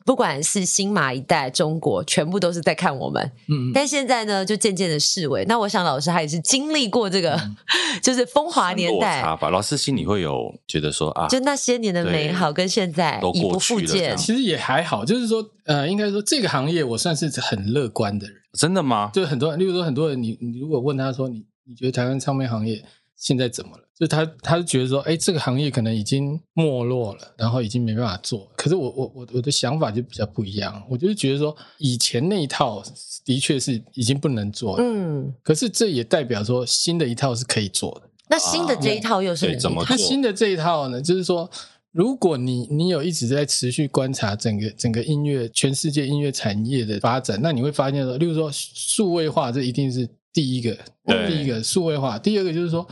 [SPEAKER 1] 不管是新马一代、中国，全部都是在看我们。
[SPEAKER 4] 嗯，
[SPEAKER 1] 但现在呢，就渐渐的视为。那我想老师他也是经历过这个，
[SPEAKER 4] 嗯
[SPEAKER 1] 就是风 华年
[SPEAKER 2] 落
[SPEAKER 1] 代，
[SPEAKER 2] 差吧，老师心里会有觉得说啊，
[SPEAKER 1] 就那些年的美好跟现在
[SPEAKER 2] 都
[SPEAKER 1] 以不
[SPEAKER 2] 过去
[SPEAKER 1] 复
[SPEAKER 2] 了这
[SPEAKER 1] 见
[SPEAKER 2] 样。
[SPEAKER 4] 其实也还好，就是说，呃，应该说这个行业我算是很乐观的人。
[SPEAKER 2] 真的吗？
[SPEAKER 4] 就很多人，例如说很多人，你你如果问他说你你觉得台湾唱片行业现在怎么了？就他他就觉得说，哎，这个行业可能已经没落了，然后已经没办法做。可是我我我我的想法就比较不一样，我就是觉得说，以前那一套的确是已经不能做了，
[SPEAKER 1] 嗯，
[SPEAKER 4] 可是这也代表说新的一套是可以做的。
[SPEAKER 1] 那新的这一套又是哪一
[SPEAKER 2] 啊对怎么
[SPEAKER 1] 套
[SPEAKER 2] 做
[SPEAKER 4] 它新的这一套呢，就是说，如果你你有一直在持续观察整个整个音乐全世界音乐产业的发展，那你会发现说，例如说数位化，这一定是第一个，
[SPEAKER 2] 对
[SPEAKER 4] 第一个数位化，第二个就是说，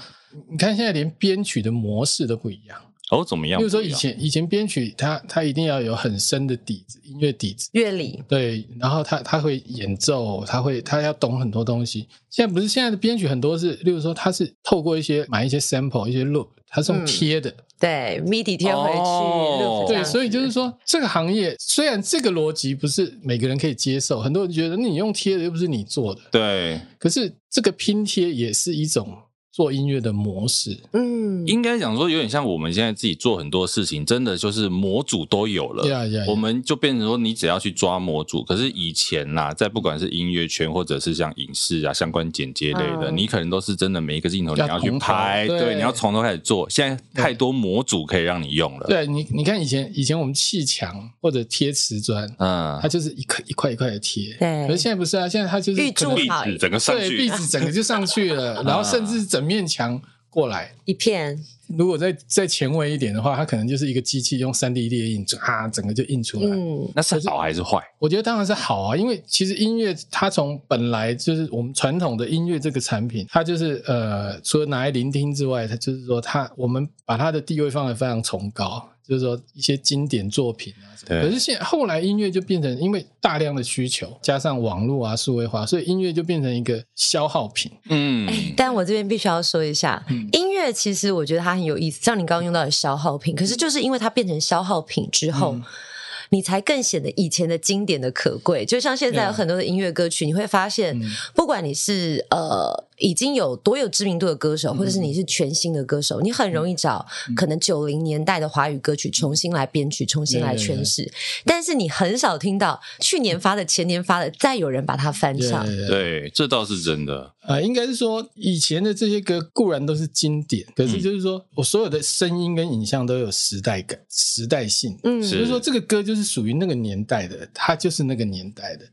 [SPEAKER 4] 你看现在连编曲的模式都不一样。
[SPEAKER 2] 哦，怎么样？
[SPEAKER 4] 例如说以前以前编曲它，它一定要有很深的底子，音乐底子。
[SPEAKER 1] 乐理
[SPEAKER 4] 对，然后他他会演奏，他会他要懂很多东西。现在不是现在的编曲很多是，例如说他是透过一些买一些 sample 一些 loop，他是用
[SPEAKER 1] 嗯
[SPEAKER 4] 贴的。
[SPEAKER 1] 对 MIDI 贴回去，
[SPEAKER 2] 哦
[SPEAKER 1] loop 这
[SPEAKER 4] 对，
[SPEAKER 1] 样子
[SPEAKER 4] 所以就是说这个行业虽然这个逻辑不是每个人可以接受，很多人觉得你用贴的又不是你做的，
[SPEAKER 2] 对，
[SPEAKER 4] 可是这个拼贴也是一种做音乐的模式。
[SPEAKER 1] 嗯，
[SPEAKER 2] 应该讲说有点像我们现在自己做很多事情，真的就是模组都有了。
[SPEAKER 4] 呀呀呀
[SPEAKER 2] 我们就变成说，你只要去抓模组。可是以前呐、在不管是音乐圈，或者是像影视啊相关剪接类的，
[SPEAKER 1] 嗯
[SPEAKER 2] 你可能都是真的每一个镜头你
[SPEAKER 4] 要
[SPEAKER 2] 要去
[SPEAKER 4] 从头
[SPEAKER 2] 拍，
[SPEAKER 4] 对
[SPEAKER 2] 对，你要从头开始做。现在太多模组可以让你用了。，
[SPEAKER 4] 对你，你看以前以前我们砌墙或者贴瓷砖，
[SPEAKER 2] 嗯
[SPEAKER 4] 它，就是一块一块一块的贴。
[SPEAKER 1] 对
[SPEAKER 4] 可是现在不是啊，现在它就是
[SPEAKER 1] 预
[SPEAKER 4] 可
[SPEAKER 1] 祝
[SPEAKER 4] 能
[SPEAKER 2] 壁
[SPEAKER 1] 好哎
[SPEAKER 2] 纸整个上
[SPEAKER 4] 对，
[SPEAKER 2] 去
[SPEAKER 4] 壁，纸整个就上去 了，然后甚至整面墙过来。
[SPEAKER 1] 一片
[SPEAKER 4] 如果再再前卫一点的话，它可能就是一个机器用三 D 列印，啊，整个就印出来。
[SPEAKER 1] 嗯
[SPEAKER 2] 那是好还是坏？
[SPEAKER 4] 我觉得当然是好啊，因为其实音乐它从本来就是我们传统的音乐这个产品，它就是呃，除了拿来聆听之外，它就是说它我们把它的地位放得非常崇高，就是说一些经典作品啊什么
[SPEAKER 2] 对
[SPEAKER 4] 可是现后来音乐就变成因为大量的需求加上网络啊数位化，所以音乐就变成一个消耗品。
[SPEAKER 2] 嗯，
[SPEAKER 1] 哎，但我这边必须要说一下，
[SPEAKER 4] 嗯
[SPEAKER 1] 音乐其实我觉得它很有意思，像你刚刚用到的消耗品，可是就是因为它变成消耗品之后。
[SPEAKER 4] 嗯
[SPEAKER 1] 你才更显得以前的经典的可贵，就像现在有
[SPEAKER 4] Yeah
[SPEAKER 1] 很多的音乐歌曲，你会发现
[SPEAKER 4] 啊嗯，
[SPEAKER 1] 不管你是呃已经有多有知名度的歌
[SPEAKER 4] 嗯
[SPEAKER 1] 手，或者是你是全新的歌手，你很容易找可能九零年代的华语歌曲重新来编曲，重新来
[SPEAKER 4] Yeah，yeah，yeah
[SPEAKER 1] 诠释，但是你很少听到去年发的、前年发的，再有人把它翻唱。
[SPEAKER 4] 对
[SPEAKER 2] 对，这倒是真的。
[SPEAKER 4] 呃，应该是说以前的这些歌固然都是经典，可是就是说、我所有的声音跟影像都有时代感、时代性。
[SPEAKER 1] 嗯
[SPEAKER 2] 是
[SPEAKER 4] 就是说这个歌就是属于那个年代的，它就是那个年代的。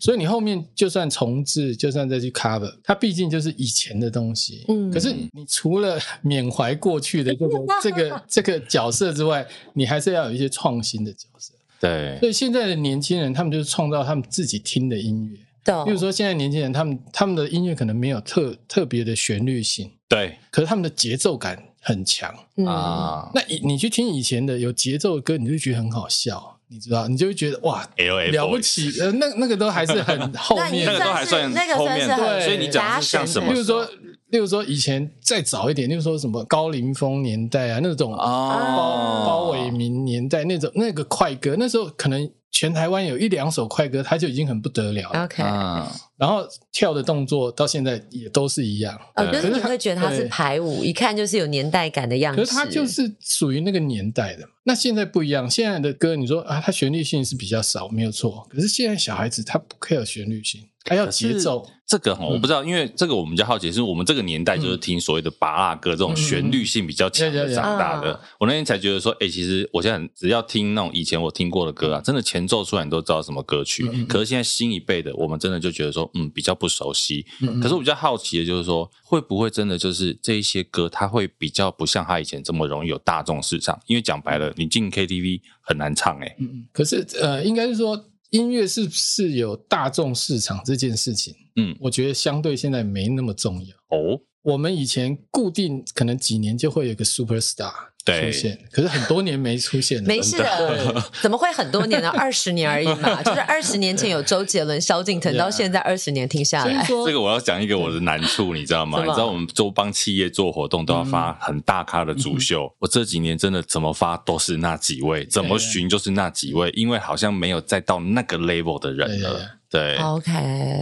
[SPEAKER 4] 所以你后面就算重置，就算再去 cover，它毕竟就是以前的东西。
[SPEAKER 1] 嗯
[SPEAKER 4] 可是你除了 缅怀过去的这个这个这个角色之外，你还是要有一些创新的角色。
[SPEAKER 2] 对，
[SPEAKER 4] 所以现在的年轻人，他们就是创造他们自己听的音乐。
[SPEAKER 1] 懂
[SPEAKER 4] 比如说，现在年轻人他们他们的音乐可能没有特特别的旋律性，
[SPEAKER 2] 对
[SPEAKER 4] 可是他们的节奏感很强。
[SPEAKER 1] 嗯
[SPEAKER 2] 啊
[SPEAKER 4] 那以你去听以前的有节奏的歌，你就觉得很好笑，你知道，你就会觉得哇，
[SPEAKER 2] ，L A
[SPEAKER 4] 了不起，呃，那那个都还 是很后
[SPEAKER 1] 那你
[SPEAKER 4] 面
[SPEAKER 2] 哎那个
[SPEAKER 4] 的。
[SPEAKER 2] 都还
[SPEAKER 1] 算
[SPEAKER 2] 算
[SPEAKER 1] 是那个
[SPEAKER 2] 后
[SPEAKER 1] 算是
[SPEAKER 2] 面
[SPEAKER 1] 很
[SPEAKER 2] 的，所以你讲
[SPEAKER 1] 达
[SPEAKER 2] 的是像
[SPEAKER 1] 成
[SPEAKER 2] 什
[SPEAKER 1] 的
[SPEAKER 2] 么
[SPEAKER 4] 例
[SPEAKER 2] 时候？
[SPEAKER 4] 如说，例如说以前再早一点，例如说什么高凌风年代啊，那种包
[SPEAKER 2] 哦，
[SPEAKER 4] 包伟民年代那种那个快歌，那时候可能全台湾有一两首快歌，它就已经很不得了了。
[SPEAKER 1] ，OK，
[SPEAKER 2] 嗯，
[SPEAKER 4] 然后跳的动作到现在也都是一样，
[SPEAKER 1] 哦，就是
[SPEAKER 4] 可
[SPEAKER 1] 你
[SPEAKER 4] 是他
[SPEAKER 1] 会觉得它是
[SPEAKER 4] 对
[SPEAKER 1] 排舞，一看就是有年代感的样子。
[SPEAKER 4] 可是它就是属于那个年代的嘛。那现在不一样，现在的歌你说啊，它旋律性是比较少，没有错。可是现在小孩子他不 care 旋律性，他要节奏。
[SPEAKER 2] 这个哈，我
[SPEAKER 4] 嗯
[SPEAKER 2] 不知道，因为这个我们比较好奇，是我们这个年代就是听所谓的拔蜡歌这种旋律性比较强
[SPEAKER 4] 嗯嗯嗯嗯
[SPEAKER 2] 的长大
[SPEAKER 1] 嗯
[SPEAKER 2] 的。我那天才觉得说，哎，其实我现在很只要听那种以前我听过的歌啊，真的前奏出来你都知道什么歌曲
[SPEAKER 4] 嗯嗯嗯嗯。
[SPEAKER 2] 可是现在新一辈的，我们真的就觉得说，嗯，比较不熟悉。
[SPEAKER 4] 嗯
[SPEAKER 2] 可是我比较好奇的就是说，会不会真的就是这一些歌，它会比较不像它以前这么容易有大众市场？因为讲白了，你进 KTV 很难唱哎、
[SPEAKER 4] 嗯嗯可是呃，应该是说音乐是不是有大众市场这件事情，
[SPEAKER 2] 嗯，
[SPEAKER 4] 我觉得相对现在没那么重要。
[SPEAKER 2] 哦，
[SPEAKER 4] 我们以前固定可能几年就会有一个 super star
[SPEAKER 2] 对
[SPEAKER 4] 出现，可是很多年没出现 了，
[SPEAKER 1] 没事的， 怎么会很多年呢？二十年而已嘛，就是二十年前有周杰伦、萧敬腾，
[SPEAKER 4] Yeah
[SPEAKER 1] 到现在二十年听下
[SPEAKER 4] 所以
[SPEAKER 1] 来，
[SPEAKER 4] 说
[SPEAKER 2] 哎这个我要讲一个我的难处，你知道吗？
[SPEAKER 1] 什么
[SPEAKER 2] 你知道我们都帮企业做活动都要
[SPEAKER 4] 嗯
[SPEAKER 2] 发很大咖的主秀，我这几年真的怎么发都是那几位，怎么寻就是那几位，因为好像没有再到那个 level 的人
[SPEAKER 4] 对哦
[SPEAKER 2] 了。对，
[SPEAKER 1] OK，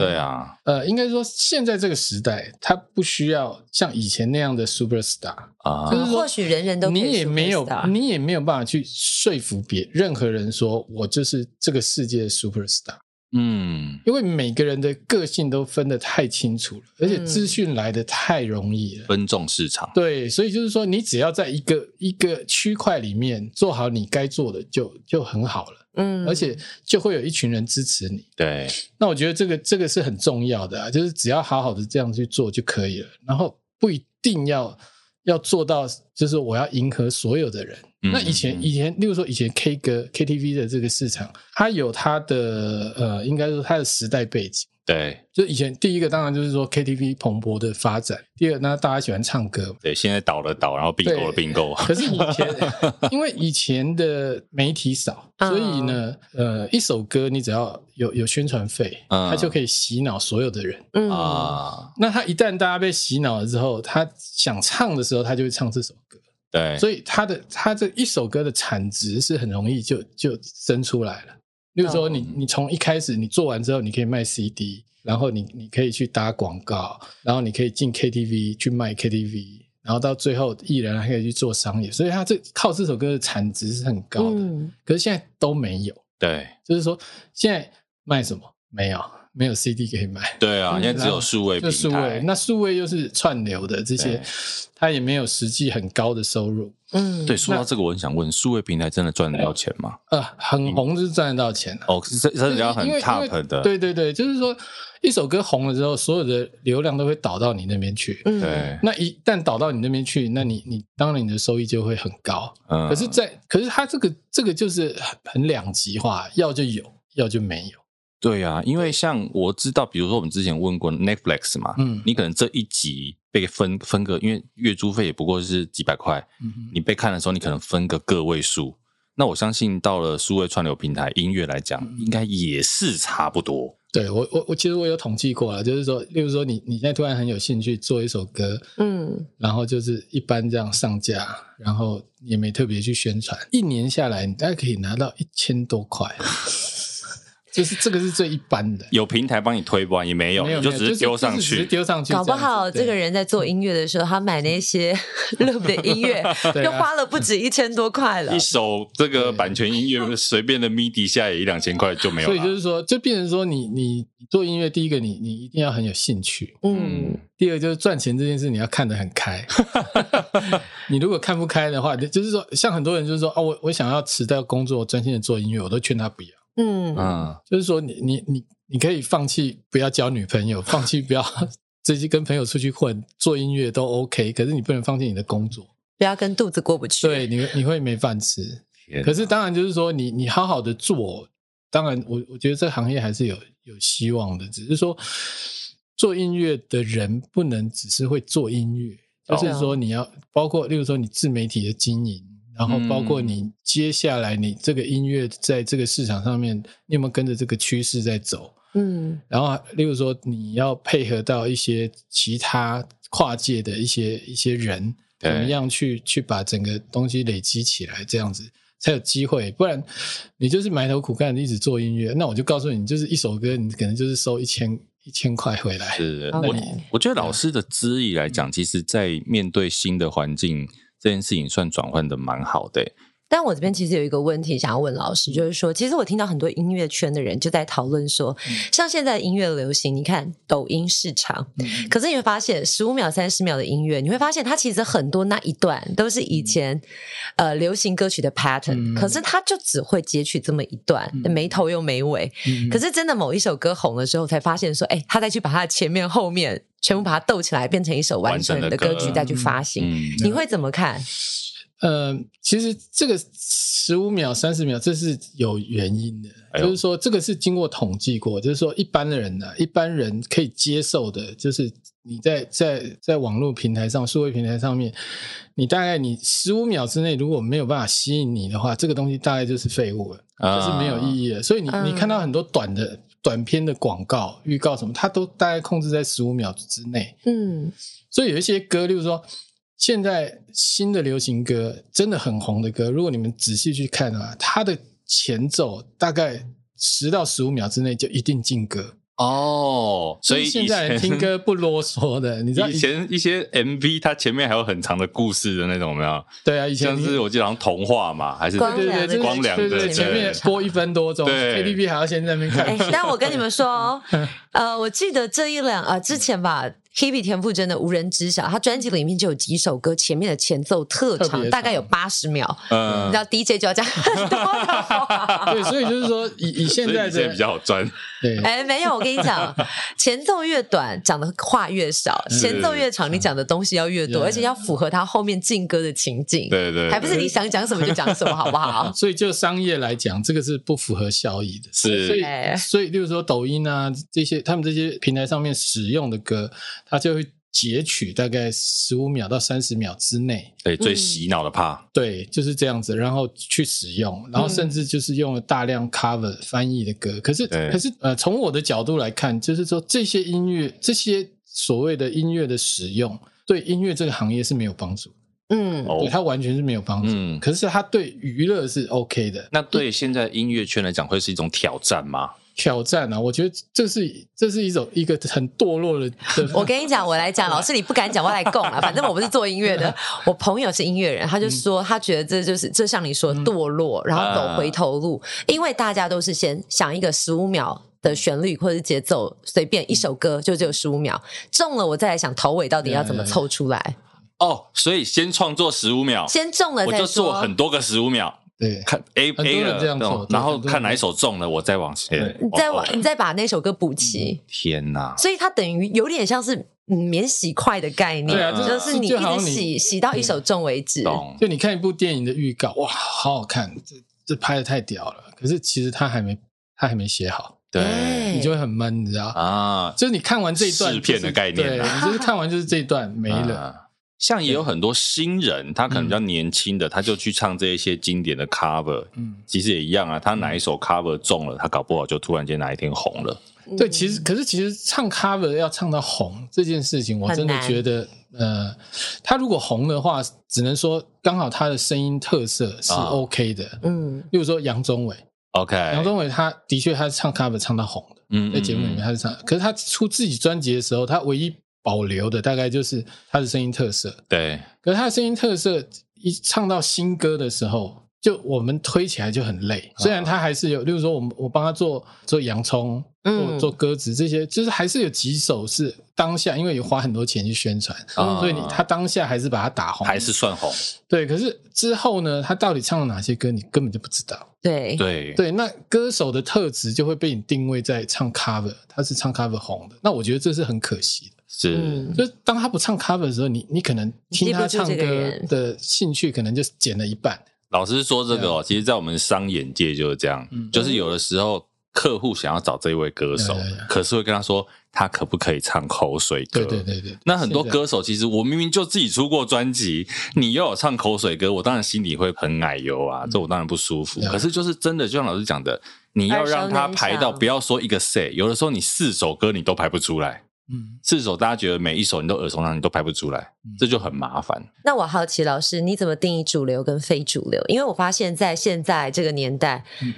[SPEAKER 2] 对啊，
[SPEAKER 4] 呃，应该说现在这个时代，它不需要像以前那样的 super star，
[SPEAKER 2] 啊
[SPEAKER 4] 就，
[SPEAKER 1] 嗯，
[SPEAKER 4] 是说
[SPEAKER 1] 或许人人都可以
[SPEAKER 4] 你也没有
[SPEAKER 1] superstar，
[SPEAKER 4] 你也没有办法去说服别任何人说我就是这个世界的 super star，
[SPEAKER 2] 嗯，
[SPEAKER 4] 因为每个人的个性都分得太清楚了，而且
[SPEAKER 1] 嗯
[SPEAKER 4] 资讯来得太容易了。
[SPEAKER 2] 分众市场，
[SPEAKER 4] 对，所以就是说，你只要在一个一个区块里面做好你该做的就，就很好了，
[SPEAKER 1] 嗯
[SPEAKER 4] 而且就会有一群人支持你。
[SPEAKER 2] 对，
[SPEAKER 4] 那我觉得这个这个是很重要的、啊，就是只要好好的这样去做就可以了，然后不一定要要做到，就是我要迎合所有的人，
[SPEAKER 2] 嗯
[SPEAKER 4] 那以前
[SPEAKER 2] 嗯嗯
[SPEAKER 4] 以前，例如说以前 K 歌 KTV 的这个市场，它有它的呃，应该说它的时代背景。
[SPEAKER 2] 对
[SPEAKER 4] 就以前第一个当然就是说 KTV 蓬勃的发展，第二那大家喜欢唱歌嘛，
[SPEAKER 2] 对，现在倒了倒，然后并购了并购，
[SPEAKER 4] 可是以前 因为以前的媒体少，
[SPEAKER 5] 嗯
[SPEAKER 4] 所以呢，呃，一首歌你只要有有宣传费，
[SPEAKER 2] 嗯
[SPEAKER 4] 它就可以洗脑所有的人。
[SPEAKER 5] 嗯
[SPEAKER 2] 啊，
[SPEAKER 4] 那他一旦大家被洗脑了之后，他想唱的时候，他就会唱这首歌。
[SPEAKER 2] 对，
[SPEAKER 4] 所以他的他这一首歌的产值是很容易就就生出来了。例如
[SPEAKER 2] 哦
[SPEAKER 4] 说你，你从一开始你做完之后，你可以卖 CD，然后你你可以去打广告，然后你可以进 KTV 去卖 KTV，然后到最后艺人还可以去做商业，所以他这靠这首歌的产值是很高的。
[SPEAKER 5] 嗯
[SPEAKER 4] 可是现在都没有，
[SPEAKER 2] 对
[SPEAKER 4] 就是说现在卖什么没有，没有 CD 可以卖。
[SPEAKER 2] 对啊，
[SPEAKER 4] 嗯
[SPEAKER 2] 现在只有数位
[SPEAKER 4] 就
[SPEAKER 2] 平
[SPEAKER 4] 数位
[SPEAKER 2] 台，，
[SPEAKER 4] 那数位又是串流的这些
[SPEAKER 2] 对，
[SPEAKER 4] 它也没有实际很高的收入。
[SPEAKER 5] 嗯，
[SPEAKER 2] 对，说到这个，我很想问，数位平台真的赚得到钱吗？
[SPEAKER 4] 呃，很红是赚得到钱的、
[SPEAKER 2] 哦，是真嗯真的要很
[SPEAKER 4] 因为因为
[SPEAKER 2] top 的，
[SPEAKER 4] 对对对，就是说一首歌红了之后，所有的流量都会导到你那边去。
[SPEAKER 5] 嗯
[SPEAKER 2] 对，
[SPEAKER 4] 那一旦导到你那边去，那你你当然你的收益就会很高。
[SPEAKER 2] 嗯
[SPEAKER 4] 可是在，可是它这个这个就是很很两极化，要就有，要就没有。
[SPEAKER 2] 对啊，因为像我知道，比如说我们之前问过 Netflix 嘛，
[SPEAKER 4] 嗯
[SPEAKER 2] 你可能这一集被分分个，因为月租费也不过是几百块，
[SPEAKER 4] 嗯哼
[SPEAKER 2] 你被看的时候，你可能分个个位数。那我相信到了数位串流平台，音乐来讲，
[SPEAKER 4] 嗯
[SPEAKER 2] 应该也是差不多。
[SPEAKER 4] 对我我我其实我有统计过了，就是说，例如说你你现在突然很有兴趣做一首歌，
[SPEAKER 5] 嗯
[SPEAKER 4] 然后就是一般这样上架，然后也没特别去宣传，一年下来你大概可以拿到一千多块， 就是这个是最一般的，
[SPEAKER 2] 有平台帮你推广也没有，
[SPEAKER 4] 没有
[SPEAKER 2] 你就只是丢上
[SPEAKER 4] 就只是
[SPEAKER 2] 去。
[SPEAKER 4] 丢上去这
[SPEAKER 1] 搞
[SPEAKER 4] 样子，
[SPEAKER 1] 不好这个人在做音乐的时候，他买那 些 Loop 的音乐，
[SPEAKER 4] 对
[SPEAKER 1] 就
[SPEAKER 4] 啊
[SPEAKER 1] 花了不止一千多块了
[SPEAKER 2] 一。首这个版权音乐随便的咪底下也一两千块就没有
[SPEAKER 4] 对。所以
[SPEAKER 2] 了。
[SPEAKER 4] 就是说，就变成说你，你你做音乐，第一个你你一定要很有兴趣，
[SPEAKER 2] 嗯
[SPEAKER 5] 嗯，，
[SPEAKER 4] 第二个就是赚钱这件事你要看得很开。 你如果看不开的话，就是说，像很多人就是说，哦，我我想要辞掉工作，专心的做音乐，我都劝他不要。
[SPEAKER 5] 嗯
[SPEAKER 4] 啊
[SPEAKER 2] 嗯，
[SPEAKER 4] 就是说你你你你可以放弃不要交女朋友， 放弃不要这些跟朋友出去混，做音乐都 OK，可是你不能放弃你的工作，
[SPEAKER 1] 不要跟肚子过不去。
[SPEAKER 4] 对你你会没饭吃。
[SPEAKER 2] 天
[SPEAKER 4] 可是当然就是说你你好好的做，当然我我觉得这行业还是有有希望的，只是说做音乐的人不能只是会做音乐，就是说你要包括例如说你自媒体的经营。然后包括你接下来你这个音乐在这个市场上面，你有没有跟着这个趋势在走？
[SPEAKER 5] 嗯
[SPEAKER 4] 然后，例如说你要配合到一些其他跨界的一些一些人，
[SPEAKER 2] 对
[SPEAKER 4] 怎么样去去把整个东西累积起来，这样子才有机会。不然你就是埋头苦干，一直做音乐，那我就告诉你，就是一首歌，你可能就是收一千一千块回来。
[SPEAKER 2] 是
[SPEAKER 5] OK
[SPEAKER 2] 我我觉得
[SPEAKER 1] 啊
[SPEAKER 2] 老师的资历来
[SPEAKER 1] 嗯
[SPEAKER 2] 讲，其实，在面对新的环境这件事情，算转换的蛮好的、
[SPEAKER 1] 但我这边其实有一个问题想要问老师，就是说，其实我听到很多音乐圈的人就在讨论说，像现在的音乐流行，你看抖音市场，
[SPEAKER 4] 嗯
[SPEAKER 1] 可是你会发现十五秒、三十秒的音乐，你会发现它其实很多那一段都是以前呃流行歌曲的 pattern，
[SPEAKER 4] 嗯
[SPEAKER 1] 可是它就只会截取这么一段，
[SPEAKER 4] 嗯
[SPEAKER 1] 没头又没尾。可
[SPEAKER 4] 是
[SPEAKER 1] 是真的某一首歌红了之后，才发现说，哎，他再去把它的前面后面全部把它斗起来，变成一首完整的歌
[SPEAKER 2] 完整的
[SPEAKER 1] 曲
[SPEAKER 2] 歌
[SPEAKER 1] 再去发行，
[SPEAKER 2] 嗯，
[SPEAKER 1] 你会怎么看？
[SPEAKER 4] 呃，其实这个十五秒、三十秒，这是有原因的，
[SPEAKER 2] 哎呦
[SPEAKER 4] 就是说这个是经过统计过，就是说一般的人呢、一般人可以接受的，就是你在在在网络平台上、数位平台上面，你大概你十五秒之内如果没有办法吸引你的话，这个东西大概就是废物了，
[SPEAKER 2] 嗯啊
[SPEAKER 4] 就是没有
[SPEAKER 2] 义。
[SPEAKER 4] 意义了。所以你你
[SPEAKER 5] 嗯
[SPEAKER 4] 看到很多短的。短片的广告、预告什么，它都大概控制在十五秒之内。
[SPEAKER 5] 嗯
[SPEAKER 4] 所以有一些歌，例如说现在新的流行歌，真的很红的歌，如果你们仔细去看啊，它的前奏大概十到十五秒之内就一定进歌。
[SPEAKER 2] 哦，所以
[SPEAKER 4] 就是
[SPEAKER 2] 以
[SPEAKER 4] 现在人
[SPEAKER 2] 前
[SPEAKER 4] 听 歌不啰嗦的，你知道
[SPEAKER 2] 以前一些 MV 它前面还有很长的故事的那种，有没有？
[SPEAKER 4] 对啊，以前
[SPEAKER 2] 像是我记得好像童话嘛，还是
[SPEAKER 1] 光
[SPEAKER 4] 对对
[SPEAKER 1] 良
[SPEAKER 4] 对，就是
[SPEAKER 2] 光良
[SPEAKER 4] 对
[SPEAKER 2] 的
[SPEAKER 4] 对，
[SPEAKER 2] 对
[SPEAKER 4] 前面播一分多钟
[SPEAKER 2] 对
[SPEAKER 1] 哎
[SPEAKER 4] ，KTV 还要先在那边看
[SPEAKER 1] 哎，，但我跟你们说哦，呃，我记得这一两呃之前吧， Hebe 田馥甄的《无人知晓》，她专辑里面就有几首歌，前面的前奏特
[SPEAKER 4] 特别
[SPEAKER 1] 长，
[SPEAKER 4] 长
[SPEAKER 1] 大概有八十秒，你
[SPEAKER 2] 嗯
[SPEAKER 1] 知，道 DJ 就要讲很多的话。
[SPEAKER 4] 对，所以就是说，以以现
[SPEAKER 2] 所以
[SPEAKER 4] 在
[SPEAKER 2] 你现在比
[SPEAKER 4] 的
[SPEAKER 2] 较好赚，
[SPEAKER 4] 对，
[SPEAKER 1] 哎，没有，我跟你讲，前奏越短，讲的话越少；前奏越长，你讲的东西要越多，
[SPEAKER 4] Yeah
[SPEAKER 1] 而且要符合他后面进歌的情境。
[SPEAKER 2] 对对，
[SPEAKER 1] 还不是你想讲什么就讲什么，好不 好？
[SPEAKER 4] 所以就商业来讲，这个是不符合效益的。
[SPEAKER 2] 是
[SPEAKER 4] 所
[SPEAKER 1] 哎
[SPEAKER 4] 以所以，例如说抖音啊这些，他们这些平台上面使用的歌，它就会截取大概十五秒到三十秒之内，
[SPEAKER 2] 对
[SPEAKER 1] 嗯
[SPEAKER 2] 最洗脑的怕，
[SPEAKER 4] 对，就是这样子，然后去使用，然后甚至就是用了大量 cover 翻译的歌。可是
[SPEAKER 2] 对
[SPEAKER 4] 可是呃，从我的角度来看，就是说这些音乐，这些所谓的音乐的使用，对音乐这个行业是没有帮助的，
[SPEAKER 1] 嗯，
[SPEAKER 2] 哦
[SPEAKER 4] 对，它完全是没有帮助。
[SPEAKER 2] 嗯
[SPEAKER 4] 可是它对娱乐是 OK 的。
[SPEAKER 2] 那对现在音乐圈来讲，会是一种挑战吗？
[SPEAKER 4] 挑战啊！我觉得这是这是一种一个很堕 落的，
[SPEAKER 1] 我跟你讲，我来讲， 老师你不敢讲，我来供了。反正我不是做音乐的，我朋友是音乐人，他就
[SPEAKER 4] 嗯
[SPEAKER 1] 说他觉得这就是这像你说的堕落，然后走回头
[SPEAKER 4] 啊
[SPEAKER 1] 路，因为大家都是先想一个十五秒。的旋律或者节奏，随便一首
[SPEAKER 4] 嗯
[SPEAKER 1] 歌就只有十五秒，中了我再来想头尾到底要怎么凑出
[SPEAKER 4] 嗯
[SPEAKER 1] 来。
[SPEAKER 2] 哦，所以先创作十五秒，
[SPEAKER 1] 先中了
[SPEAKER 2] 我
[SPEAKER 1] 再
[SPEAKER 2] 就
[SPEAKER 1] 说。
[SPEAKER 2] 做很多个十五秒，
[SPEAKER 4] 对
[SPEAKER 2] 看 A
[SPEAKER 4] 很多
[SPEAKER 2] A
[SPEAKER 4] 人
[SPEAKER 2] 了
[SPEAKER 4] 这样做
[SPEAKER 2] 种
[SPEAKER 4] 对
[SPEAKER 2] 然后
[SPEAKER 4] 很多人
[SPEAKER 2] 看哪一首中了，我再往前
[SPEAKER 4] 对。
[SPEAKER 1] 你再
[SPEAKER 2] 往
[SPEAKER 1] 往，你再把那首歌补齐，
[SPEAKER 4] 嗯
[SPEAKER 2] 天哪！
[SPEAKER 1] 所以它等于有点像是嗯免洗快的概念，
[SPEAKER 4] 对
[SPEAKER 2] 啊
[SPEAKER 1] 就
[SPEAKER 2] 就是
[SPEAKER 1] 你一
[SPEAKER 4] 就好
[SPEAKER 1] 直
[SPEAKER 4] 像你
[SPEAKER 1] 洗洗到一首中为止。
[SPEAKER 2] 懂
[SPEAKER 4] 就你看一部电影的预告，哇，好好看，这这拍的太屌了。可是其实他还没他还没写好，
[SPEAKER 2] 对
[SPEAKER 1] 哎
[SPEAKER 4] 你就会很闷，你知道？
[SPEAKER 2] 啊，
[SPEAKER 4] 就是你看完这一段
[SPEAKER 2] 试片的概念
[SPEAKER 4] 就是
[SPEAKER 2] 啊
[SPEAKER 4] 对，你就是看完就是这一 段没了。
[SPEAKER 2] 啊像也有很多新人，他可能比较年轻的，他就去唱这一些经典的 cover，
[SPEAKER 4] 嗯，
[SPEAKER 2] 其实也一样啊。他哪一首 cover 中了，他搞不好就突然间哪一天红了。
[SPEAKER 1] 嗯
[SPEAKER 4] 对，其实可是其实唱 cover 要唱到红这件事情，我真的
[SPEAKER 1] 很难
[SPEAKER 4] 觉得，呃，他如果红的话，只能说刚好他的声音特色是
[SPEAKER 2] 啊
[SPEAKER 4] OK 的。
[SPEAKER 1] 嗯，
[SPEAKER 4] 例如说杨宗纬，
[SPEAKER 2] OK，
[SPEAKER 4] 杨宗纬他的确他是唱 cover 唱到红的，
[SPEAKER 2] 哎嗯
[SPEAKER 4] 在节目里面他是唱，可是他出自己专辑的时候，他唯一保留的大概就是他的声音特色。
[SPEAKER 2] 对，
[SPEAKER 4] 可是他的声音特色一唱到新歌的时候，就我们推起来就很
[SPEAKER 2] 啊
[SPEAKER 4] 累。虽然他还是有，例如说我们我帮他做做洋葱，
[SPEAKER 1] 嗯
[SPEAKER 4] 做做鸽子这些，就是还是有几首是当下，因为有花很多钱去宣传，
[SPEAKER 2] 啊
[SPEAKER 4] 所以你他当下还是把它打红，
[SPEAKER 2] 还是算红。
[SPEAKER 4] 对。可是之后呢，他到底唱了哪些歌，你根本就不知道。
[SPEAKER 1] 对，
[SPEAKER 2] 对
[SPEAKER 4] 对，那歌手的特质就会被你定位在唱 cover，他是唱 cover 红的。那我觉得这是很可惜的，
[SPEAKER 2] 是
[SPEAKER 1] 嗯，
[SPEAKER 4] 就是当他不唱 cover 的时候，你你可能听他唱
[SPEAKER 1] 记不住这个
[SPEAKER 4] 歌
[SPEAKER 1] 人
[SPEAKER 4] 的兴趣可能就减了一半。
[SPEAKER 2] 老实说，这个哦，其实，在我们商演界就是这样，
[SPEAKER 4] 啊嗯
[SPEAKER 2] 就是有的时候客户想要找这位歌手
[SPEAKER 4] 对对对，
[SPEAKER 2] 可是会跟他说，他可不可以唱口水歌？
[SPEAKER 4] 对对对对，
[SPEAKER 2] 那很多
[SPEAKER 4] 是的
[SPEAKER 2] 歌手其实我明明就自己出过专辑，你又有唱口水歌，我当然心里会很奶油
[SPEAKER 4] 嗯
[SPEAKER 2] 啊，这我当然不舒服。
[SPEAKER 4] 了解
[SPEAKER 2] 可是就是真的，就像老师讲的，你要让他排
[SPEAKER 1] 耳熟能
[SPEAKER 2] 到，
[SPEAKER 1] 详
[SPEAKER 2] 不要说一个 say，有的时候你四首歌你都排不出来，
[SPEAKER 4] 嗯，
[SPEAKER 2] 四首大家觉得每一首你都耳熟能详，你都排不出来，这就很麻烦。
[SPEAKER 1] 那我好奇老师，你怎么定义主流跟非主流？因为我发现在现在这个年代。
[SPEAKER 4] 嗯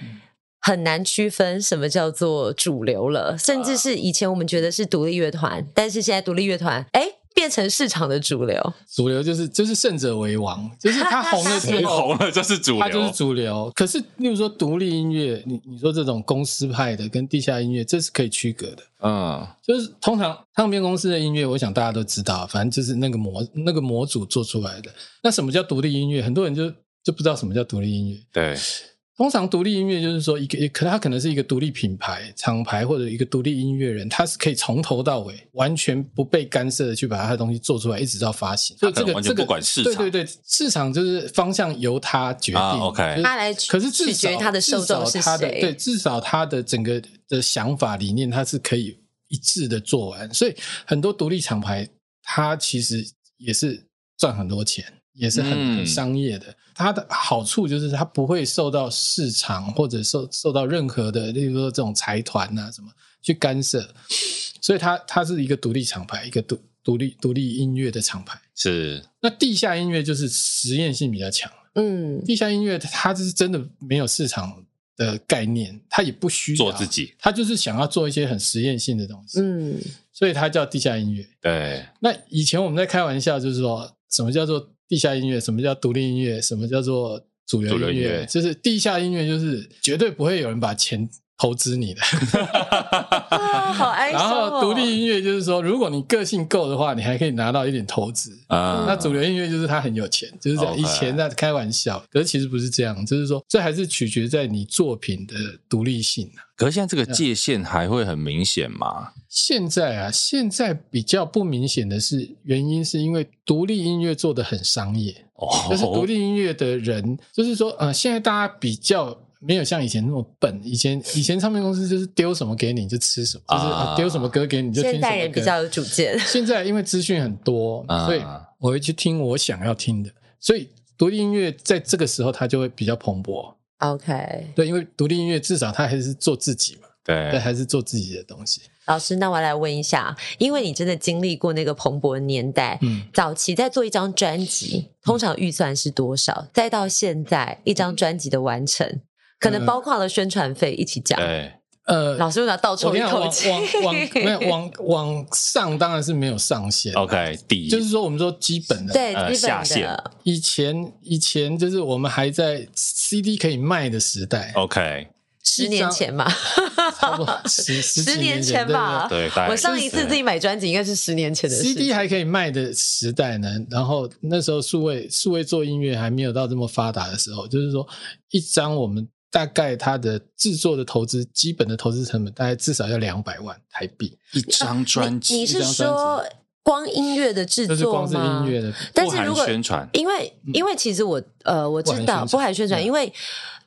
[SPEAKER 1] 很难区分什么叫做主流了，甚
[SPEAKER 4] 啊
[SPEAKER 1] 至是以前我们觉得是独立乐团，但是现在独立乐团哎变成市场的主流，
[SPEAKER 4] 主流就是就是胜者 为王，就是他红的时
[SPEAKER 2] 你
[SPEAKER 4] 候。
[SPEAKER 2] 红了就是主
[SPEAKER 4] 它就是
[SPEAKER 2] 流，
[SPEAKER 4] 主流，可是，例如说独立音乐，你你说这种公司派的跟地下音乐，这是可以区隔的。
[SPEAKER 2] 嗯，
[SPEAKER 4] 就是通常唱片公司的音乐，我想大家都知道，反正就是那个模那个模组做出来的。那什么叫独立音乐？很多人就就不知道什么叫独立音乐。
[SPEAKER 2] 对，
[SPEAKER 4] 通常独立音乐就是说一个，可它可能是一个独立品牌、厂牌或者一个独立音乐人，他是可以从头到尾完全不被干涉的去把他的东西做出来，一直到发行。所以
[SPEAKER 2] 可
[SPEAKER 4] 这
[SPEAKER 2] 能
[SPEAKER 4] 个
[SPEAKER 2] 完
[SPEAKER 4] 这
[SPEAKER 2] 全
[SPEAKER 4] 个
[SPEAKER 2] 不管市
[SPEAKER 4] 对
[SPEAKER 2] 场
[SPEAKER 4] 对对，市场就是方向由他决定。
[SPEAKER 2] 啊，OK
[SPEAKER 4] 就是
[SPEAKER 1] 他来取
[SPEAKER 4] 嗯可是至
[SPEAKER 1] 取决于
[SPEAKER 4] 少
[SPEAKER 1] 他的受众
[SPEAKER 4] 至
[SPEAKER 1] 是
[SPEAKER 4] 少他的
[SPEAKER 1] 谁
[SPEAKER 4] 对，至少他的整个的想法理念，他是可以一致的做完。所以很多独立厂牌，它其实也是赚很多钱，也是很、
[SPEAKER 2] 嗯
[SPEAKER 4] 很商业的。它的好处就是它不会受到市场或者受受到任何的，例如说这种财团啊什么去干涉，所以它它是一个独立厂牌，一个独独立独立音乐的厂牌。
[SPEAKER 2] 是
[SPEAKER 4] 那地下音乐就是实验性比较强。
[SPEAKER 1] 嗯，
[SPEAKER 4] 地下音乐它就是真的没有市场的概念，它也不需要
[SPEAKER 2] 做自，己，
[SPEAKER 4] 它就是想要做一些很实验性的东西，
[SPEAKER 1] 嗯，
[SPEAKER 4] 所以它叫地下音乐。
[SPEAKER 2] 对，
[SPEAKER 4] 那以前我们在开玩笑，就是说什么叫做地下音乐，什么叫独立音乐，什么叫做主流
[SPEAKER 2] 主流
[SPEAKER 4] 音
[SPEAKER 2] 音
[SPEAKER 4] 乐，
[SPEAKER 2] 乐
[SPEAKER 4] 就是地下音乐就是绝对不会有人把钱投资你的。
[SPEAKER 1] 啊，好哀
[SPEAKER 4] 然
[SPEAKER 1] 伤哦。
[SPEAKER 4] 后独立音乐就是说，如果你个性够的话，你还可以拿到一点投资。
[SPEAKER 2] 啊，
[SPEAKER 4] 嗯那主流音乐就是他很有钱，就是这样。
[SPEAKER 2] OK
[SPEAKER 4] 以前在开玩笑，可是其实不是这样，就是说这还是取决在你作品的独立性啊。
[SPEAKER 2] 可是现在这个界限还会很明显吗？
[SPEAKER 4] 现在啊，现在比较不明显的是，原因是因为独立音乐做的很商业，
[SPEAKER 2] 哦，
[SPEAKER 4] 就是独立音乐的人，就是说，呃，现在大家比较没有像以前那么笨，以前以前唱片公司就是丢什么给你就吃什么，就是
[SPEAKER 2] 啊
[SPEAKER 4] 呃丢、什么歌给你就听
[SPEAKER 1] 现
[SPEAKER 4] 什么歌。
[SPEAKER 1] 代人比较有主 见，
[SPEAKER 4] 现在因为资讯很多，
[SPEAKER 2] 啊
[SPEAKER 4] 所以我会去听我想要听的，所以独立音乐在这个时候它就会比较蓬勃。
[SPEAKER 1] OK，
[SPEAKER 4] 对，因为独立音乐至少它还是做自己嘛，对，
[SPEAKER 2] 对，
[SPEAKER 4] 还是做自己的东西。
[SPEAKER 1] 老师，那我来问一下，因为你真的经历过那个蓬勃的年代，
[SPEAKER 4] 嗯，
[SPEAKER 1] 早期在做一张专辑，通常预算是多少？再到现在一
[SPEAKER 4] 嗯
[SPEAKER 1] 张专辑的完成，可能包括了宣传费一起讲。
[SPEAKER 2] 对，
[SPEAKER 4] 呃，
[SPEAKER 1] 老师又拿倒
[SPEAKER 4] 我
[SPEAKER 1] 抽
[SPEAKER 4] 跟
[SPEAKER 1] 一
[SPEAKER 4] 你讲，
[SPEAKER 1] 口
[SPEAKER 4] 往
[SPEAKER 1] 气，
[SPEAKER 4] 往往没有往往上当然是没有上限。
[SPEAKER 2] ，OK，底
[SPEAKER 4] 就是说，我们说基本的，
[SPEAKER 1] 对
[SPEAKER 2] 呃
[SPEAKER 1] 基
[SPEAKER 2] 下
[SPEAKER 1] 本
[SPEAKER 2] 线
[SPEAKER 1] 的
[SPEAKER 4] 以前以前就是我们还在 CD 可以卖的时
[SPEAKER 2] 哦
[SPEAKER 4] 代，
[SPEAKER 2] OK，
[SPEAKER 1] 十年前嘛，
[SPEAKER 4] 差不多十十
[SPEAKER 1] 十
[SPEAKER 4] 几
[SPEAKER 1] 年
[SPEAKER 4] 年
[SPEAKER 1] 前吧。
[SPEAKER 2] 对
[SPEAKER 4] 哎
[SPEAKER 2] 大概
[SPEAKER 1] 我上一次自己买专辑应该是十年前的事。
[SPEAKER 4] CD 还可以卖的时代呢，然后那时候数位数位做音乐还没有到这么发达的时候，就是说一张我们大概它的制作的投资，基本的投资成本大概至少要两百万台币，
[SPEAKER 2] 一张专
[SPEAKER 1] 呃你
[SPEAKER 2] 辑
[SPEAKER 1] 你是
[SPEAKER 4] 一张专辑
[SPEAKER 1] 说光音乐的制
[SPEAKER 4] 这是
[SPEAKER 1] 作
[SPEAKER 4] 光是
[SPEAKER 1] 吗？
[SPEAKER 4] 音乐的。
[SPEAKER 1] 但
[SPEAKER 2] 不
[SPEAKER 1] 是
[SPEAKER 2] 含
[SPEAKER 1] 如果
[SPEAKER 2] 宣传，
[SPEAKER 1] 因为因为其实我呃我知道不
[SPEAKER 4] 嗯不
[SPEAKER 1] 含
[SPEAKER 4] 含
[SPEAKER 1] 宣
[SPEAKER 4] 宣传
[SPEAKER 1] 传，
[SPEAKER 4] 嗯
[SPEAKER 1] 因为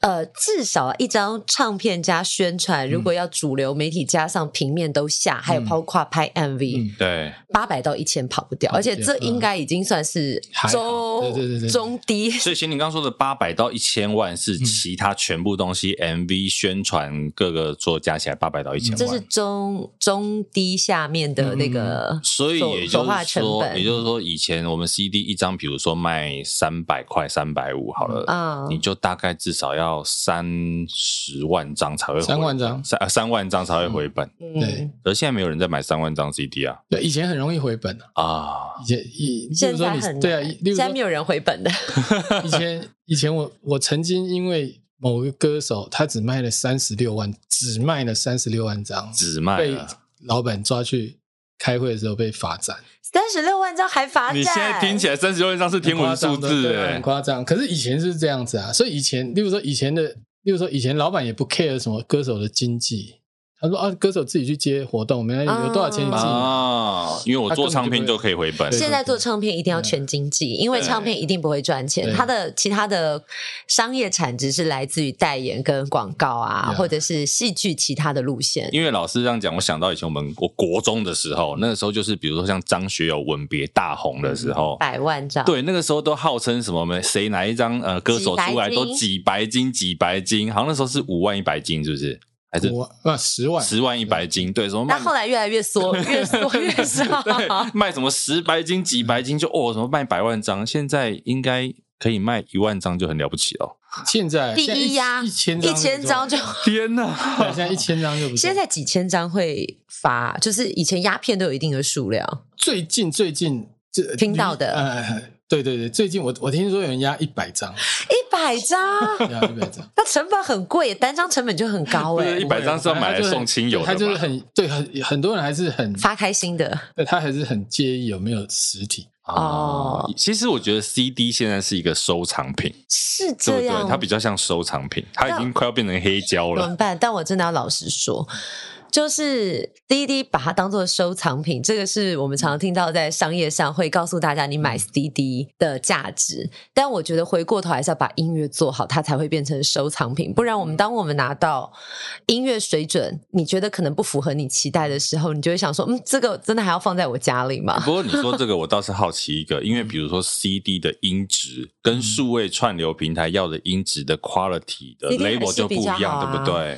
[SPEAKER 1] 呃至少一张唱片加宣传，
[SPEAKER 4] 嗯
[SPEAKER 1] 如果要主流媒体加上平面都下，还有包括拍 MV，
[SPEAKER 4] 嗯，
[SPEAKER 2] 对，
[SPEAKER 1] 八百到一千跑不掉，
[SPEAKER 4] 跑
[SPEAKER 1] 而
[SPEAKER 4] 不掉
[SPEAKER 1] 且这应该已经算是
[SPEAKER 4] 还好
[SPEAKER 1] 中
[SPEAKER 4] 对对对对
[SPEAKER 1] 中低。
[SPEAKER 2] 所以贤你刚刚说的八百到一千万是
[SPEAKER 4] 嗯
[SPEAKER 2] 其他全部东西 MV 宣传各个做加起来八百到一千
[SPEAKER 1] 这是
[SPEAKER 2] 万。
[SPEAKER 1] 中中低下面的那个，
[SPEAKER 2] 所以也
[SPEAKER 1] 走走
[SPEAKER 2] 就
[SPEAKER 1] 化
[SPEAKER 2] 是
[SPEAKER 1] 成
[SPEAKER 2] 说，
[SPEAKER 1] 本
[SPEAKER 2] 也就是说，以前我们 CD 一张，比如说卖三百块、三百五好了，
[SPEAKER 1] 嗯
[SPEAKER 2] 你就大概至少要三十万张才会回
[SPEAKER 4] 三万张
[SPEAKER 2] 三呃三万张才会回本。
[SPEAKER 4] 对
[SPEAKER 1] 嗯，
[SPEAKER 2] 而现在没有人在买三万张 CD 啊
[SPEAKER 4] 对，以前很容易回本啊，
[SPEAKER 2] 啊！
[SPEAKER 4] 以前以，例
[SPEAKER 1] 现
[SPEAKER 4] 如说
[SPEAKER 1] 在
[SPEAKER 4] 你
[SPEAKER 1] 很难
[SPEAKER 4] 对啊，例
[SPEAKER 1] 现
[SPEAKER 4] 如
[SPEAKER 1] 在
[SPEAKER 4] 说
[SPEAKER 1] 没有人回本的，
[SPEAKER 4] 以前以前我我曾经因为某个歌手他只卖了三十六万，只卖了三十六万张，
[SPEAKER 2] 只卖
[SPEAKER 4] 被
[SPEAKER 2] 了。
[SPEAKER 4] 老板抓去开会的时候被罚站。
[SPEAKER 1] 三十六万张还罚站。
[SPEAKER 2] 你现在 听起来三十万张是天文数
[SPEAKER 4] 很夸张
[SPEAKER 2] 字
[SPEAKER 4] 对啊
[SPEAKER 2] 哎、
[SPEAKER 4] 很夸张。可是以前是这样子啊，所以以前，例如说以前的，例如说以前老板也不 care 什么歌手的经济，他说啊，歌手自己去接活动，没关
[SPEAKER 1] 啊
[SPEAKER 4] 系，有多少钱你自己拿。
[SPEAKER 2] 啊！因为我做唱片就可以回本
[SPEAKER 4] 对
[SPEAKER 1] 现在做唱片一定要全经济，因为唱片一定不会赚钱，
[SPEAKER 4] 对
[SPEAKER 1] 它的其他的商业产值是来自于代言跟广告啊，
[SPEAKER 4] Yeah
[SPEAKER 1] 或者是戏剧其他的路线。
[SPEAKER 2] 因为老师这样讲，我想到以前我们我国中的时候，那个时候就是比如说像张学友吻别大红的时候，
[SPEAKER 1] 百万张，
[SPEAKER 2] 对，那个时候都号称什么没谁哪一张呃歌手出来都几百斤几百斤，好像那时候是五万一百斤是不是？还是
[SPEAKER 4] 五万啊，十万，
[SPEAKER 2] 十万一百斤？对，什么卖
[SPEAKER 1] 但后来越来越缩，越缩越少。
[SPEAKER 2] 对卖什么十百斤几百斤就哦什么卖百万张，现在应该可以卖一万张就很了不起了。
[SPEAKER 4] 现在
[SPEAKER 1] 第一呀，
[SPEAKER 4] 一千
[SPEAKER 1] 一千张就。
[SPEAKER 2] 天哪！
[SPEAKER 4] 对现在一千张就不错。
[SPEAKER 1] 现在几千张会发，就是以前鸦片都有一定的数量，
[SPEAKER 4] 最近最近这
[SPEAKER 1] 听到的
[SPEAKER 4] 呃，对对对，最近我我听说有人压一百张，
[SPEAKER 1] 一百张，
[SPEAKER 4] 压一百张。
[SPEAKER 1] 那成本很贵，单张成本就很高
[SPEAKER 2] 不
[SPEAKER 1] 哎、
[SPEAKER 2] 是 一百张是要买来送亲友的吧
[SPEAKER 4] 他就是很对很很多人还是很
[SPEAKER 1] 发开心的
[SPEAKER 4] 对他还是很介意有没有实体。
[SPEAKER 1] 哦
[SPEAKER 2] 哦，其实我觉得 CD 现在是一个收藏品，
[SPEAKER 1] 是
[SPEAKER 2] 对
[SPEAKER 1] 这
[SPEAKER 2] 不对
[SPEAKER 1] 样，？
[SPEAKER 2] 它比较像收藏品，它已
[SPEAKER 1] 那
[SPEAKER 2] 经快要变成黑胶
[SPEAKER 1] 怎么
[SPEAKER 2] 了。
[SPEAKER 1] 办？但我真的要老实说，就是滴滴把它当做收藏品，这个是我们常常听到在商业上会告诉大家你买
[SPEAKER 4] 嗯
[SPEAKER 1] CD 的价值。但我觉得回过头还是要把音乐做好，它才会变成收藏品。不然，我
[SPEAKER 4] 嗯
[SPEAKER 1] 们当我们拿到音乐水准，你觉得可能不符合你期待的时候，你就会想说，嗯，这个真的还要放在我家里吗？
[SPEAKER 2] 不过你说这个，我倒是好奇一个，因为比如说 CD 的音质跟数位串流平台要的音质的 quality 的
[SPEAKER 1] CD 还是
[SPEAKER 2] label 就不一
[SPEAKER 1] 比较好
[SPEAKER 2] 样，
[SPEAKER 1] 啊
[SPEAKER 2] 对不对？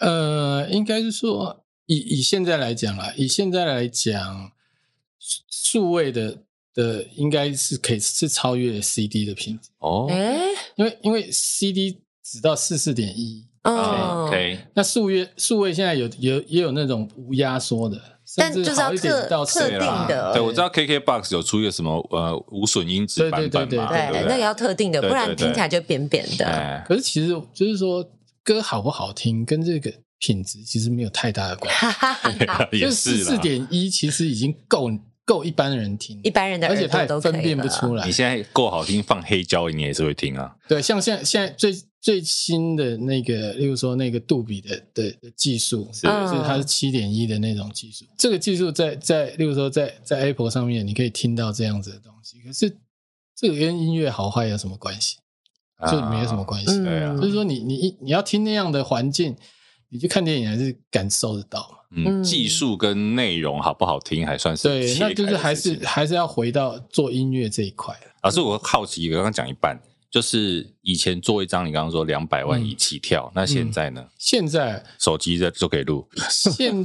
[SPEAKER 4] 呃，应该是说以以现在来讲啦，以现在来讲，数数位的的应该是可以是超越 CD 的品质，
[SPEAKER 2] 哦
[SPEAKER 1] 哎，
[SPEAKER 4] 因为因为 CD 只到四四点一，哦
[SPEAKER 1] 嗯。
[SPEAKER 2] 啊，OK，
[SPEAKER 4] 那数位数位现在有有也有那种无压缩的，
[SPEAKER 1] 但
[SPEAKER 4] 甚至
[SPEAKER 1] 就是要
[SPEAKER 4] 好一点
[SPEAKER 1] 特
[SPEAKER 4] 到
[SPEAKER 1] 特
[SPEAKER 4] 4
[SPEAKER 2] 对啦
[SPEAKER 1] 定的
[SPEAKER 2] 对，我知道 KKBox 有出一个什么呃无损音质版本嘛，
[SPEAKER 4] 对
[SPEAKER 2] 不
[SPEAKER 1] 对，那个要特定的，不
[SPEAKER 2] 对对
[SPEAKER 1] 然
[SPEAKER 2] 对
[SPEAKER 1] 听起来就扁扁的。
[SPEAKER 2] 哎
[SPEAKER 4] 可是其实就是说，歌好不好听跟这个品质其实没有太大的关系。
[SPEAKER 2] 也
[SPEAKER 4] 就是
[SPEAKER 2] 是
[SPEAKER 4] 四
[SPEAKER 2] 啦。
[SPEAKER 4] 点一其实已经够够一般人听，
[SPEAKER 1] 一般人的
[SPEAKER 4] 而且
[SPEAKER 1] 耳
[SPEAKER 4] 他
[SPEAKER 1] 朵
[SPEAKER 4] 也
[SPEAKER 1] 都可以
[SPEAKER 4] 分辨不
[SPEAKER 1] 了
[SPEAKER 4] 出来
[SPEAKER 2] 你。现在够好听，放黑胶你也是会听啊。
[SPEAKER 4] 对，像现在现在最最新的那个，例如说那个杜比的的的技术，
[SPEAKER 2] 是
[SPEAKER 4] 就
[SPEAKER 1] 嗯
[SPEAKER 4] 是它是七点一的那种技术。这个技术在在，例如说在在 Apple 上面，你可以听到这样子的东西。可是这个跟音乐好坏有什么关系？ 就没有什么关系。
[SPEAKER 2] 对啊
[SPEAKER 1] 嗯
[SPEAKER 4] 就是说你，你你要听那样的环境，你去看电影还是感受得到嘛？
[SPEAKER 2] 嗯，技术跟内容好不好听还算是
[SPEAKER 4] 对，
[SPEAKER 2] 切
[SPEAKER 4] 那就
[SPEAKER 2] 开
[SPEAKER 4] 是
[SPEAKER 2] 的
[SPEAKER 4] 还
[SPEAKER 2] 事情
[SPEAKER 4] 是还是要回到做音乐这一块了。
[SPEAKER 2] 老师，我好奇，刚刚讲一半，就是以前做一张，你刚刚说两百
[SPEAKER 4] 嗯
[SPEAKER 2] 万以起跳，那现在呢？
[SPEAKER 4] 现在
[SPEAKER 2] 手机的就可以录，
[SPEAKER 4] 现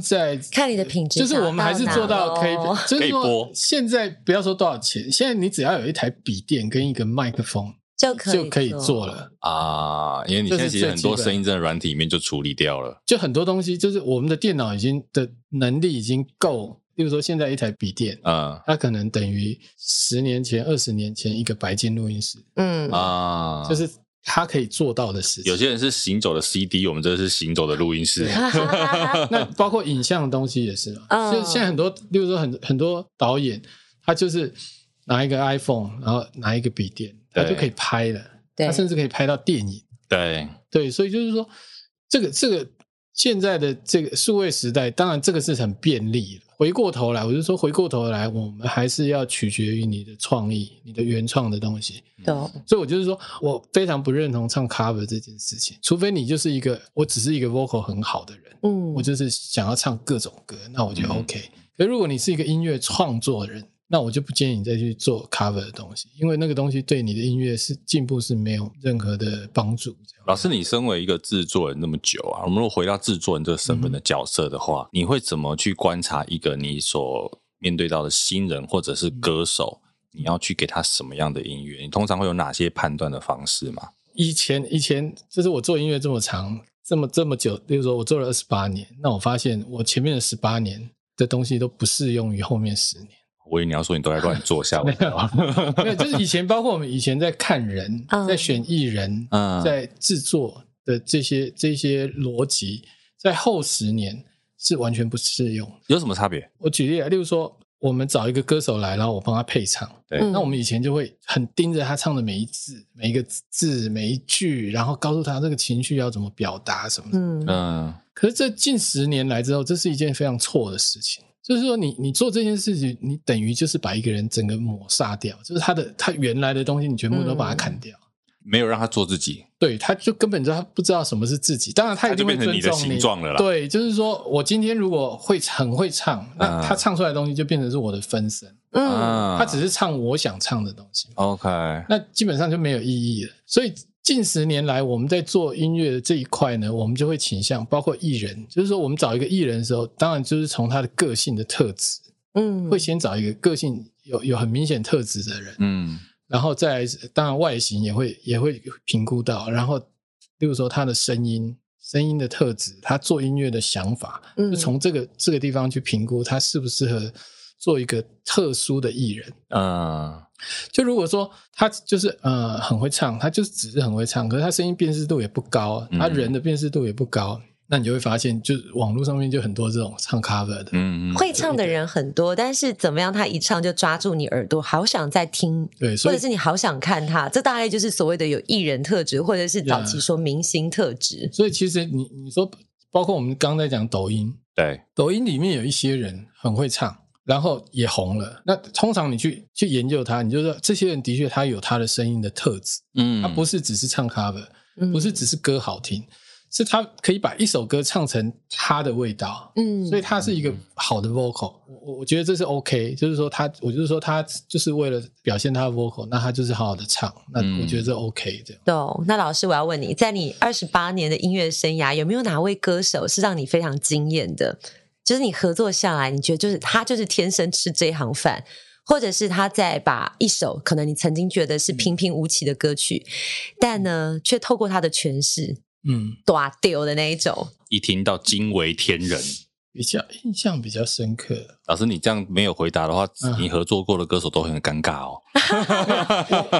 [SPEAKER 4] 在
[SPEAKER 1] 看你的品质
[SPEAKER 4] 就是我们还是做到可以
[SPEAKER 1] 达到哪咯，
[SPEAKER 4] 就是
[SPEAKER 2] 可以播
[SPEAKER 4] 说现在不要说多少钱，现在你只要有一台笔电跟一个麦克风
[SPEAKER 1] 就可以
[SPEAKER 4] 就可以做。了。
[SPEAKER 2] 啊，因为你现在其实很多声音真的软体里面就处理掉了，
[SPEAKER 4] 就很多东西，就是我们的电脑已经的能力已经够，例如说现在一台笔电，
[SPEAKER 2] 嗯
[SPEAKER 4] 它可能等于十年前、二十年前一个白金录音室，
[SPEAKER 1] 嗯，
[SPEAKER 2] 啊，
[SPEAKER 4] 就是它可以做到的事情。
[SPEAKER 2] 有些人是行走的 CD，我们这是行走的录音室，
[SPEAKER 4] 那包括影像的东西也是嘛，
[SPEAKER 1] 嗯
[SPEAKER 4] 就现在很多，例如说很很多导演，他就是拿一个 iPhone，然后拿一个笔电，他
[SPEAKER 2] 对
[SPEAKER 4] 就可以拍了，
[SPEAKER 1] 对
[SPEAKER 4] 他甚至可以拍到电影。
[SPEAKER 2] 对，
[SPEAKER 4] 对，所以就是说，这个这个现在的这个数位时代，当然这个是很便利了。回过头来，我就说回过头来，我们还是要取决于你的创意，你的原创的东西。
[SPEAKER 1] 懂。
[SPEAKER 4] 所以我就是说我非常不认同唱 cover 这件事情，除非你就是一个，我只是一个 vocal 很好的人。
[SPEAKER 1] 嗯
[SPEAKER 4] 我就是想要唱各种歌，那我就 OK。可如果你是一个音乐创作人，那我就不建议你再去做 cover 的东西，因为那个东西对你的音乐是进步是没有任何的帮助。这样
[SPEAKER 2] 老师，你身为一个制作人那么久啊，我们如果回到制作人这个身份
[SPEAKER 4] 嗯
[SPEAKER 2] 的角色的话，你会怎么去观察一个你所面对到的新人或者是
[SPEAKER 4] 嗯
[SPEAKER 2] 歌手？你要去给他什么样的音乐？你通常会有哪些判断的方式吗？
[SPEAKER 4] 以前以前就是我做音乐这么长，这么这么久，比如说我做了二十八年，那我发现我前面的十八年的东西都不适用于后面十年。
[SPEAKER 2] 我以为你要说你都在乱做 下我一跳，
[SPEAKER 4] 没有，就是以前包括我们以前在看人
[SPEAKER 1] 嗯，
[SPEAKER 4] 在选艺人，
[SPEAKER 2] 嗯
[SPEAKER 4] 在制作的这些这些逻辑，在后十年是完全不适用。
[SPEAKER 2] 有什么差别？
[SPEAKER 4] 我举例啊来，例如说，我们找一个歌手来，然后我帮他配唱，
[SPEAKER 2] 对
[SPEAKER 1] 嗯
[SPEAKER 4] 哎那我们以前就会很盯着他唱的每一字、每一个字、每一句，然后告诉他这个情绪要怎么表达什么的。
[SPEAKER 1] 嗯
[SPEAKER 2] 嗯，
[SPEAKER 4] 可是这近十年来之后，这是一件非常错的事情。就是说你，你做这件事情，你等于就是把一个人整个抹杀掉，就是他的他原来的东西，你全部都把它砍掉。
[SPEAKER 2] 没有让他做自己，
[SPEAKER 4] 对，他就根本就他不知道什么是自己。当然，他
[SPEAKER 2] 他
[SPEAKER 4] 一
[SPEAKER 2] 就
[SPEAKER 4] 定会
[SPEAKER 2] 变成
[SPEAKER 4] 尊
[SPEAKER 2] 你的
[SPEAKER 4] 重
[SPEAKER 2] 形状了啦。
[SPEAKER 4] 对，就是说我今天如果会很会唱，
[SPEAKER 2] 嗯
[SPEAKER 4] 那他唱出来的东西就变成是我的分身。
[SPEAKER 1] 嗯
[SPEAKER 2] 啊，
[SPEAKER 4] 他只是唱我想唱的东西，
[SPEAKER 2] OK，
[SPEAKER 4] 那基本上就没有意义了。所以近十年来，我们在做音乐的这一块呢，我们就会倾向包括艺人，就是说我们找一个艺人的时候，当然就是从他的个性的特质，
[SPEAKER 1] 嗯，
[SPEAKER 4] 会先找一个个性有有很明显特质的人，
[SPEAKER 2] 嗯
[SPEAKER 4] 然后再来是当然外形也会也会评估到，然后例如说他的声音。声音的特质，他做音乐的想法，
[SPEAKER 1] 嗯
[SPEAKER 4] 就从这个这个地方去评估他适不适合做一个特殊的艺人。
[SPEAKER 2] 嗯，
[SPEAKER 4] 就如果说他就是呃很会唱，他就只是很会唱，可是他声音辨识度也不高，
[SPEAKER 2] 嗯
[SPEAKER 4] 他人的辨识度也不高，那你就会发现，就是网络上面就很多这种唱 cover 的，
[SPEAKER 2] 嗯嗯，
[SPEAKER 1] 会唱的人很多，但是怎么样，他一唱就抓住你耳朵，好想再听，
[SPEAKER 4] 对，
[SPEAKER 1] 或
[SPEAKER 4] 所以
[SPEAKER 1] 者是你好想看他。这大概就是所谓的有艺人特质，或者是早期说明星特质。
[SPEAKER 4] 所以其实你你说，包括我们刚才讲抖音，
[SPEAKER 2] 对，
[SPEAKER 4] 抖音里面有一些人很会唱。然后也红了。那通常你去去研究他，你就说这些人的确他有他的声音的特质，
[SPEAKER 2] 嗯，
[SPEAKER 4] 他不是只是唱 cover，、
[SPEAKER 1] 嗯
[SPEAKER 4] 不是只是歌好听，是他可以把一首歌唱成他的味道。
[SPEAKER 1] 嗯
[SPEAKER 4] 所以他是一个好的 vocal，我我我觉得这是 OK，就是说他，我就是说他就是为了表现他的 vocal，那他就是好好的唱，那
[SPEAKER 2] 嗯
[SPEAKER 4] 我觉得这 OK 这样。
[SPEAKER 1] 懂。那老师，我要问你，在你二十八年的音乐生涯，有没有哪位歌手是让你非常惊艳的？就是你合作下来，你觉得就是他就是天生吃这行饭，或者是他在把一首可能你曾经觉得是平平无奇的歌曲，但呢，却透过他的诠释
[SPEAKER 4] 嗯，
[SPEAKER 1] 打丢的那一种。
[SPEAKER 2] 一听到惊为天人，
[SPEAKER 4] 比较印象比较深刻的，
[SPEAKER 2] 老师，你这样没有回答的话，
[SPEAKER 4] 嗯
[SPEAKER 2] 你合作过的歌手都很尴尬哦。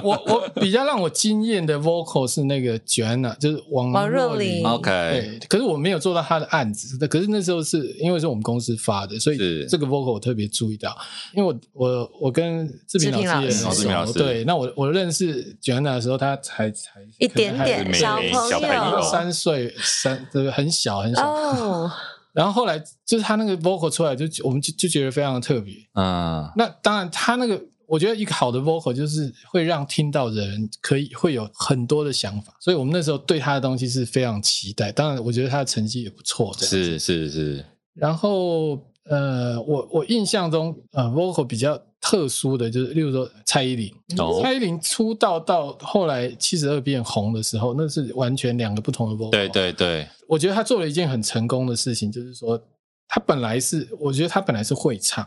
[SPEAKER 4] 我我比较让我惊艳的 vocal 是那个 Joanna，就是王
[SPEAKER 1] 王若
[SPEAKER 4] 若
[SPEAKER 1] 琳
[SPEAKER 4] 琳。
[SPEAKER 2] OK，
[SPEAKER 4] 对，可是我没有做到他的案子，可是那时候是因为是我们公司发的，所
[SPEAKER 2] 是
[SPEAKER 4] 以这个 vocal 我特别注意到，因为我我我跟志平老师也
[SPEAKER 1] 志平老师
[SPEAKER 4] 很
[SPEAKER 2] 哦志平老师
[SPEAKER 4] 熟，对，那我我认识 Joanna 的时候，她才才
[SPEAKER 1] 一点
[SPEAKER 2] 可能
[SPEAKER 1] 点
[SPEAKER 2] 还是
[SPEAKER 1] 小
[SPEAKER 2] 没
[SPEAKER 1] 朋
[SPEAKER 2] 小朋
[SPEAKER 1] 友
[SPEAKER 2] 友
[SPEAKER 4] 三岁三，对，很小很小。
[SPEAKER 1] 哦，
[SPEAKER 4] 然后后来就是他那个 vocal 出来就，我们就就觉得非常的特别。
[SPEAKER 2] 嗯，
[SPEAKER 4] 那当然，他那个我觉得一个好的 vocal 就是会让听到的人可以会有很多的想法，所以我们那时候对他的东西是非常期待。当然，我觉得他的成绩也不错，这样
[SPEAKER 2] 是是是，
[SPEAKER 4] 然后呃，我我印象中呃，vocal 比较特殊的就是，例如说蔡依林，
[SPEAKER 2] 哦
[SPEAKER 4] 蔡依林出道到后来七十二变红的时候，那是完全两个不同的 vocal。
[SPEAKER 2] 对，对对，
[SPEAKER 4] 我觉得她做了一件很成功的事情，就是说她本来是，我觉得她本来是会唱，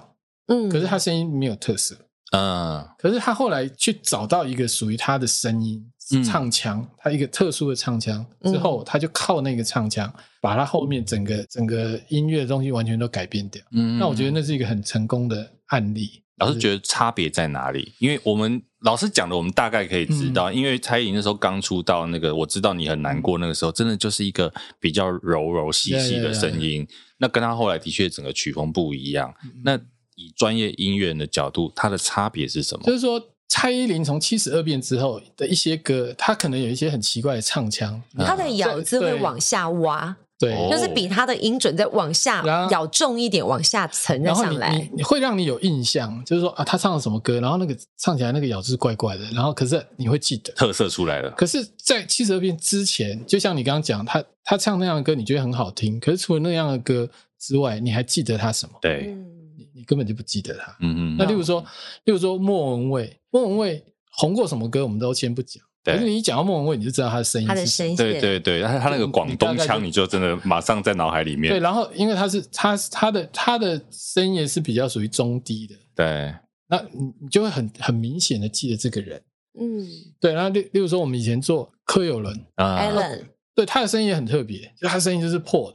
[SPEAKER 1] 嗯，
[SPEAKER 4] 可是她声音没有特色，
[SPEAKER 2] 嗯
[SPEAKER 4] 可是她后来去找到一个属于她的声音。
[SPEAKER 2] 嗯
[SPEAKER 4] 唱腔，她一个特殊的唱腔之后，她就靠那个唱腔，把她后面整个整个音乐的东西完全都改变掉。
[SPEAKER 2] 嗯。
[SPEAKER 4] 那我觉得那是一个很成功的案例。
[SPEAKER 2] 老师觉得差别在哪里？因为我们老师讲的，我们大概可以知
[SPEAKER 4] 嗯
[SPEAKER 2] 道，因为蔡依林那时候刚出道，那个我知道你很难过，那个时候真的就是一个比较柔柔细细的声音。那跟她后来的确整个曲风不一样。
[SPEAKER 4] 嗯
[SPEAKER 2] 那以专业音乐人的角度，它的差别是什么
[SPEAKER 4] 就？是说，蔡依林从七十二变之后的一些歌，她可能有一些很奇怪的唱腔，啊
[SPEAKER 1] 他的咬字会
[SPEAKER 4] 嗯对
[SPEAKER 1] 往下挖，
[SPEAKER 4] 对，
[SPEAKER 2] 啊哦
[SPEAKER 1] 就是比他的音准再往下
[SPEAKER 4] 然后
[SPEAKER 1] 咬重一点，往下沉再
[SPEAKER 4] 然后
[SPEAKER 1] 上
[SPEAKER 4] 你
[SPEAKER 1] 来
[SPEAKER 4] 你。你会让你有印象，就是说啊，她唱了什么歌，然后那个唱起来那个咬字怪怪的，然后可是你会记得。
[SPEAKER 2] 特色出来了。
[SPEAKER 4] 可是，在七十二变之前，就像你刚刚讲，她她唱那样的歌，你觉得很好听，可是除了那样的歌之外，你还记得她什么？
[SPEAKER 2] 对，
[SPEAKER 1] 嗯，
[SPEAKER 4] 你你根本就不记得她。
[SPEAKER 2] 嗯
[SPEAKER 4] 那
[SPEAKER 2] 嗯，
[SPEAKER 4] 例如说，例如说莫文蔚，莫文蔚红过什么歌，我们都先不讲。可是
[SPEAKER 2] 对。
[SPEAKER 4] 你一讲到莫文蔚，你就知道她的声音
[SPEAKER 1] 他
[SPEAKER 4] 是
[SPEAKER 1] 的
[SPEAKER 4] 什
[SPEAKER 1] 声
[SPEAKER 4] 么。
[SPEAKER 1] 线，
[SPEAKER 2] 对对对，他他那个广东
[SPEAKER 4] 你大概
[SPEAKER 2] 腔，
[SPEAKER 4] 就
[SPEAKER 2] 你就真的马上在脑海里
[SPEAKER 4] 对，
[SPEAKER 2] 面。
[SPEAKER 4] 然后因为她是她她的她的声音也是比较属于中低的，
[SPEAKER 2] 对，
[SPEAKER 4] 那你你就会很很明显的记得这个人。
[SPEAKER 1] 嗯
[SPEAKER 4] 对，然后例例如说我们以前做柯有伦，
[SPEAKER 2] 啊，
[SPEAKER 1] ，Allen
[SPEAKER 4] 对他的声音也很特别，就他声音就是破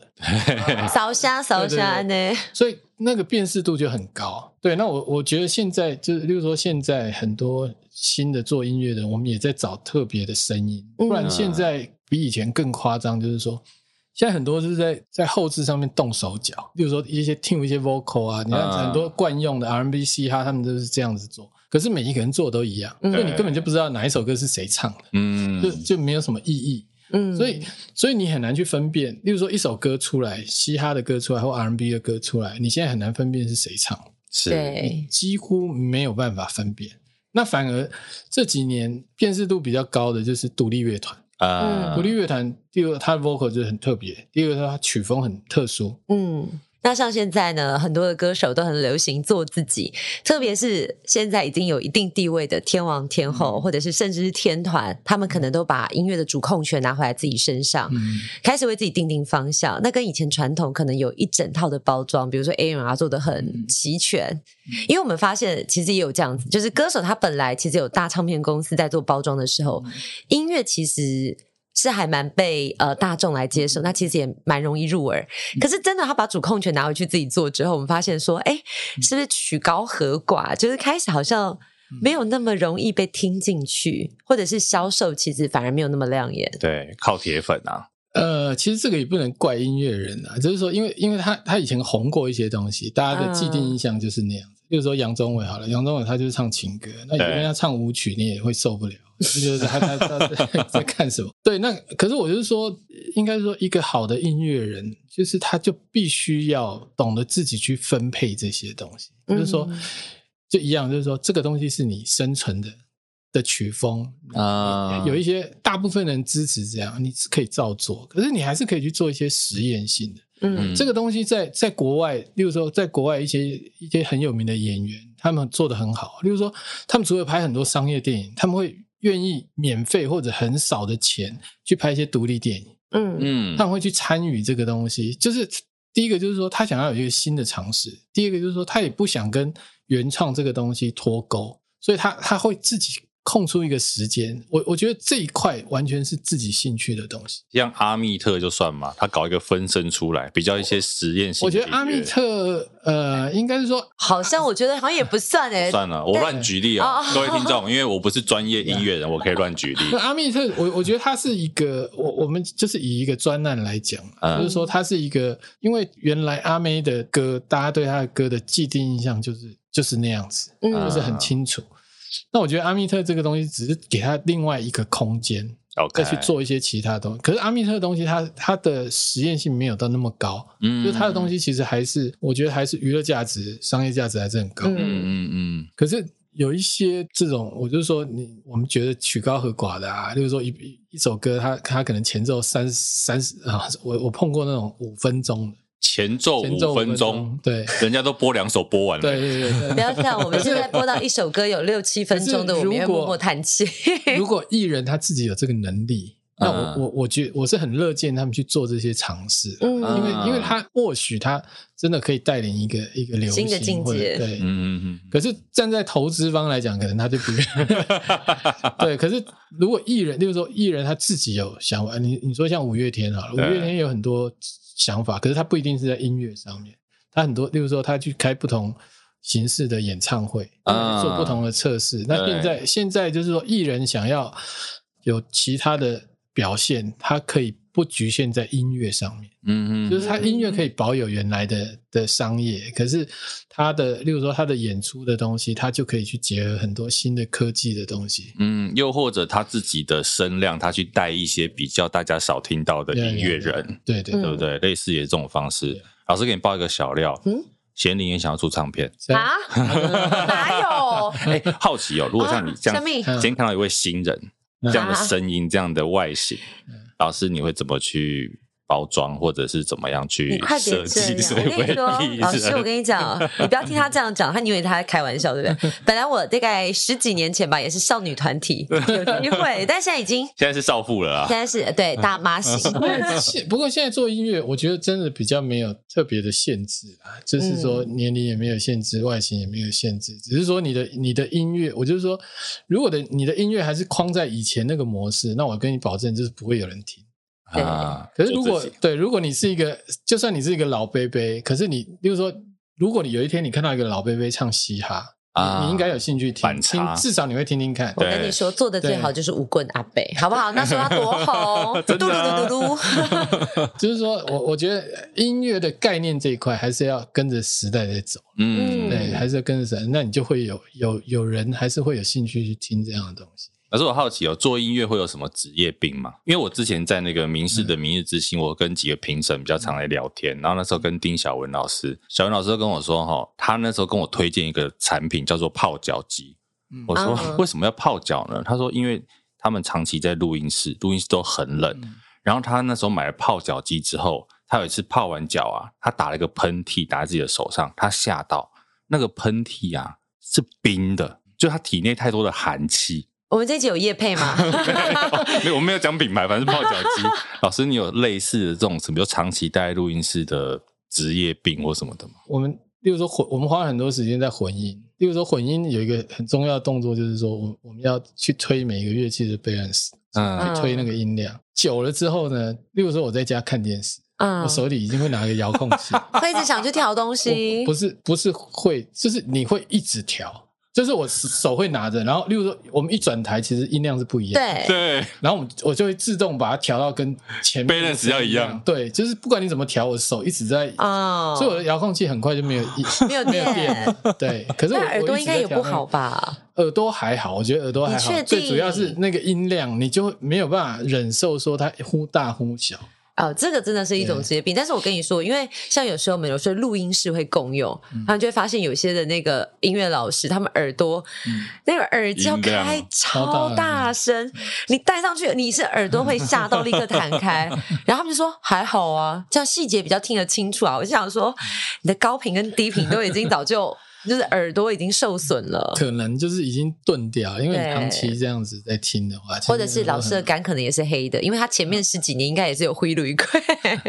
[SPEAKER 4] 的，
[SPEAKER 1] 扫虾扫虾
[SPEAKER 4] 对
[SPEAKER 1] 呢，
[SPEAKER 4] 所以那个辨识度就很高。对，那我我觉得现在就是，例如说现在很多新的做音乐的人，我们也在找特别的声音，
[SPEAKER 1] 嗯
[SPEAKER 4] 不然现在比以前更夸张，就是说。现在很多是在在后置上面动手脚，例如说一些听一些 vocal 啊，你看
[SPEAKER 2] 嗯
[SPEAKER 4] 很多惯用的 R&B、嘻哈，他们都是这样子做。可是每一个人做都一样，
[SPEAKER 1] 嗯
[SPEAKER 4] 所以你根本就不知道哪一首歌是谁唱的，
[SPEAKER 2] 嗯
[SPEAKER 4] 就，就没有什么意义。
[SPEAKER 1] 嗯，
[SPEAKER 4] 所以，所以你很难去分辨。例如说，一首歌出来，嘻哈的歌出来，或 R&B 的歌出来，你现在很难分辨是谁唱，
[SPEAKER 2] 是，
[SPEAKER 1] 对，
[SPEAKER 4] 几乎没有办法分辨。那反而这几年辨识度比较高的就是独立乐团。
[SPEAKER 2] 啊
[SPEAKER 4] 独立乐团，第一个它的 vocal 就是很特别，第二个是它曲风很特殊。
[SPEAKER 1] 嗯。那像现在呢，很多的歌手都很流行做自己，特别是现在已经有一定地位的天王天后，
[SPEAKER 2] 嗯
[SPEAKER 1] 或者是甚至是天团，他们可能都把音乐的主控权拿回来自己身上。
[SPEAKER 4] 嗯，
[SPEAKER 1] 开始为自己定定方向。那跟以前传统可能有一整套的包装，比如说 A R 做的很齐全，因为我们发现其实也有这样子，就是歌手他本来其实有大唱片公司在做包装的时候，音乐其实。是还蛮被呃大众来接受，那其实也蛮容易入耳。可是真的，他把主控权拿回去自己做之后，我们发现说，哎，是不是曲高和寡？就是开始好像没有那么容易被听进去，或者是销售其实反而没有那么亮眼。
[SPEAKER 2] 对，靠铁粉啊，
[SPEAKER 4] 呃，其实这个也不能怪音乐人啊，就是说，因为因为他他以前红过一些东西，大家的既定印象就是那样子。比如说杨宗纬好了，杨宗纬他就是唱情歌，那有
[SPEAKER 2] 对
[SPEAKER 4] 人要唱舞曲，你也会受不了，这就是他他他在在干什么？对，那可是我就是说，应该说一个好的音乐人，就是他就必须要懂得自己去分配这些东西，就是说
[SPEAKER 1] 嗯，
[SPEAKER 4] 就一样，就是说这个东西是你生存的的曲风，
[SPEAKER 2] 啊，
[SPEAKER 4] 有一些大部分人支持这样，你是可以照做，可是你还是可以去做一些实验性的。
[SPEAKER 1] 嗯
[SPEAKER 2] 嗯
[SPEAKER 4] 这个东西在在国外，例如说在国外一些一些很有名的演员，他们做的很好。例如说，他们除了拍很多商业电影，他们会愿意免费或者很少的钱去拍一些独立电影，
[SPEAKER 1] 嗯
[SPEAKER 2] 嗯
[SPEAKER 4] 他们会去参与这个东西。就是第一个就是说，他想要有一个新的尝试；第二个就是说，他也不想跟原创这个东西脱钩，所以他他会自己空出一个时间，我我觉得这一块完全是自己兴趣的东西。
[SPEAKER 2] 像阿密特就算嘛，他搞一个分身出来，比较一些实验性
[SPEAKER 4] 我
[SPEAKER 2] 的音乐。
[SPEAKER 4] 觉得阿密特，呃，应该是说
[SPEAKER 1] 好像我觉得好像也不算哎、
[SPEAKER 2] 算了，我乱举例啊
[SPEAKER 1] 哦，
[SPEAKER 2] 各位听众，因为我不是专业音乐人，我可以乱 举例
[SPEAKER 4] 那。阿密特，我我觉得他是一个，我我们就是以一个专案来讲嘛，
[SPEAKER 2] 嗯
[SPEAKER 4] 就是说他是一个，因为原来阿妹的歌，大家对他的歌的既定印象就是就是那样子，
[SPEAKER 2] 嗯
[SPEAKER 4] 就是很清楚。那我觉得阿密特这个东西只是给他另外一个空间，
[SPEAKER 2] OK，
[SPEAKER 4] 再去，做一些其他东西。可是阿密特的东西它，它的实验性没有到那么高，
[SPEAKER 2] 嗯
[SPEAKER 4] 就是它的东，西其实还是，我觉得还是娱乐价值、商业价值还是很高。
[SPEAKER 1] 嗯
[SPEAKER 2] 嗯嗯嗯，
[SPEAKER 4] 可是有一些这种，我就说你我们觉得曲高和寡的啊，就是说一一一首歌它，它可能前奏三三十啊，我我碰过那种五分钟的，
[SPEAKER 2] 前奏
[SPEAKER 4] 前奏
[SPEAKER 2] 哦五
[SPEAKER 4] 五
[SPEAKER 2] 分
[SPEAKER 4] 分
[SPEAKER 2] 钟，
[SPEAKER 4] 对
[SPEAKER 2] 人家都播两首播完 了，
[SPEAKER 4] 对对对
[SPEAKER 1] 不
[SPEAKER 4] 对。
[SPEAKER 1] 要这样，我们现在播到一首歌有六七分钟的，
[SPEAKER 4] 可
[SPEAKER 1] 我
[SPEAKER 4] 是
[SPEAKER 1] 们会
[SPEAKER 4] 如果
[SPEAKER 1] 默默叹气。
[SPEAKER 4] 如果艺人他自己有这个能力，那
[SPEAKER 2] 嗯
[SPEAKER 4] 我我我觉我是很乐见他们去做这些尝试。
[SPEAKER 1] 嗯，
[SPEAKER 4] 因为
[SPEAKER 2] 嗯
[SPEAKER 4] 因为他或许他真的可以带领一个一个流行
[SPEAKER 1] 新的境界
[SPEAKER 4] 或者
[SPEAKER 2] 嗯
[SPEAKER 4] 对，
[SPEAKER 2] 嗯嗯
[SPEAKER 4] 可是站在投资方来讲，可能他就不愿 对。可是如果艺人，例如说艺人他自己有想法，你你说像五月天啊，五
[SPEAKER 2] 对
[SPEAKER 4] 月天有很多想法，可是他不一定是在音乐上面，他很多，例如说他去开不同形式的演唱会，
[SPEAKER 2] 啊
[SPEAKER 4] 做不同的测试。那
[SPEAKER 2] 对
[SPEAKER 4] 现在现在就是说，艺人想要有其他的表现，他可以不局限在音乐上面。
[SPEAKER 2] 嗯嗯，
[SPEAKER 4] 就是他音乐可以保有原来的的商业，可是他的，例如说他的演出的东西，他就可以去结合很多新的科技的东西。
[SPEAKER 2] 嗯，又或者他自己的声量，他去带一些比较大家少听到的音乐人，
[SPEAKER 4] 对对
[SPEAKER 1] 嗯
[SPEAKER 4] 对，
[SPEAKER 2] 对不对？类似也这种方式。老师给你报一个小料，
[SPEAKER 1] 嗯
[SPEAKER 2] 嗯，贤玲也想要出唱片，
[SPEAKER 4] 所以
[SPEAKER 1] 啊？哪有？
[SPEAKER 2] 哎，好奇 哦，如果像你这样
[SPEAKER 1] 嗯啊，生
[SPEAKER 2] 今天看到一位新人，
[SPEAKER 4] 嗯
[SPEAKER 2] 这样的声音、这样的外形，
[SPEAKER 1] 嗯
[SPEAKER 2] 老师你会怎么去包装，或者是怎么样
[SPEAKER 1] 你
[SPEAKER 2] 去
[SPEAKER 1] 快
[SPEAKER 2] 设
[SPEAKER 1] 别这
[SPEAKER 2] 计
[SPEAKER 1] 样！
[SPEAKER 2] 这
[SPEAKER 1] 我跟
[SPEAKER 2] 位
[SPEAKER 1] 你说，老师，我
[SPEAKER 2] 艺人？
[SPEAKER 1] 跟你讲，哦你不要听他这样讲，他以为他在开玩笑，对不对？本来我大概十几年前吧，也是少女团 体有机会，但现在已经
[SPEAKER 2] 现在是少妇了啊
[SPEAKER 1] 现，在是对大妈 型，
[SPEAKER 4] 不过现不过现在做音乐，我觉得真的比较没有特别的限制啊，就是说
[SPEAKER 1] 嗯
[SPEAKER 4] 年龄也没有限制，外形也没有限制，只是说你的你的音乐，我就是说，如果的你的音乐还是框在以前那个模式，那我跟你保证就是不会有人听。
[SPEAKER 1] 对
[SPEAKER 2] 啊，
[SPEAKER 4] 可是如
[SPEAKER 2] 就
[SPEAKER 4] 果
[SPEAKER 2] 自己
[SPEAKER 4] 对，如果你是一个，就算你是一个老贝贝，可是你，例如说，如果你有一天你看到一个老贝贝唱嘻哈，
[SPEAKER 2] 啊
[SPEAKER 4] 你应该有兴趣听，
[SPEAKER 2] 反差
[SPEAKER 4] 听至少你会听听 看。
[SPEAKER 1] 我
[SPEAKER 2] 对
[SPEAKER 1] 跟你说，做的最好就是无棍阿北，好不好？那时候他多红，嘟
[SPEAKER 2] 真
[SPEAKER 1] 嘟
[SPEAKER 2] 的啊
[SPEAKER 1] 嘟嘟嘟。
[SPEAKER 4] 就是说我我觉得音乐的概念这一块还是要跟着时代在走，
[SPEAKER 2] 嗯，
[SPEAKER 4] 对，还是要跟着时代，那你就会有有有人还是会有兴趣去听这样的东西。
[SPEAKER 2] 可是我好奇哦，做音乐会有什么职业病吗？因为我之前在那个明视的《明日之星》，我跟几个评审比较常来聊天，然后那时候跟丁小文老师，小文老师就跟我说，哈，他那时候跟我推荐一个产品叫做泡脚机
[SPEAKER 4] 嗯，
[SPEAKER 2] 我说
[SPEAKER 1] 嗯
[SPEAKER 2] 为什么要泡脚呢？他说因为他们长期在录音室，录音室都很冷，然后他那时候买了泡脚机之后，他有一次泡完脚啊，他打了一个喷嚏，打在自己的手上，他吓到，那个喷嚏啊是冰的，就他体内太多的寒气。
[SPEAKER 1] 我们这一集有叶配吗？
[SPEAKER 2] 没有，我没有讲品牌，反正是泡脚 机。老师，你有类似的这种什么，就长期待在录音室的职业病或什么的吗？
[SPEAKER 4] 我们例如说混，我们花很多时间在混音。例如说混音有一个很重要的动作，就是说我我们要去推每一个乐器的 balance，
[SPEAKER 2] 嗯
[SPEAKER 4] 去推那个音量。久了之后呢，例如说我在家看电视，
[SPEAKER 1] 嗯
[SPEAKER 4] 我，手里已经会拿个遥控 器，
[SPEAKER 1] 会一直想去调东西
[SPEAKER 4] 我不。是不是会，就是你会一直调，就是我手会拿着，然后例如说我们一转台，其实音量是不一样，，
[SPEAKER 1] 对，
[SPEAKER 2] 对，
[SPEAKER 4] 然后我们我就会自动把它调到跟前面
[SPEAKER 2] Balance 要一样
[SPEAKER 4] 对，就是不管你怎么调，我手一直在，
[SPEAKER 1] 哦，
[SPEAKER 4] 所以我的遥控器很快就没有 一。
[SPEAKER 1] 没有
[SPEAKER 4] 没有
[SPEAKER 1] 电
[SPEAKER 4] 电。，对，可是
[SPEAKER 1] 那
[SPEAKER 4] 我
[SPEAKER 1] 耳朵应该也不好？吧？
[SPEAKER 4] 我一直在调那个耳朵还好，我觉得耳朵还
[SPEAKER 1] 你确
[SPEAKER 4] 好，
[SPEAKER 1] 定
[SPEAKER 4] 最主要是那个音量，你就没有办法忍受说它忽大忽小。
[SPEAKER 1] 哦，这个真的是一种
[SPEAKER 4] 对
[SPEAKER 1] 职业病。但是我跟你说，因为像有时候我们有时候录音室会共用，
[SPEAKER 4] 嗯
[SPEAKER 1] 他们就会发现有些的那个音乐老师，他们耳朵、那个耳机要
[SPEAKER 2] 音量哦
[SPEAKER 1] 开
[SPEAKER 4] 嗯超
[SPEAKER 1] 超
[SPEAKER 4] 大嗯
[SPEAKER 1] 大声，你戴上去你是耳朵会吓到，立刻弹 开。然后他们就说还好啊，这样细节比较听得清楚啊。我就想说，你的高频跟低频都已经早就就是耳朵已经受损了。
[SPEAKER 4] 可能就是已经钝掉，因为你
[SPEAKER 1] 对
[SPEAKER 4] 长期这样子在听的话，
[SPEAKER 1] 或者是老师的
[SPEAKER 4] 师
[SPEAKER 1] 肝可能也是黑的，因为他前面十几年应该也是有灰绿 贵。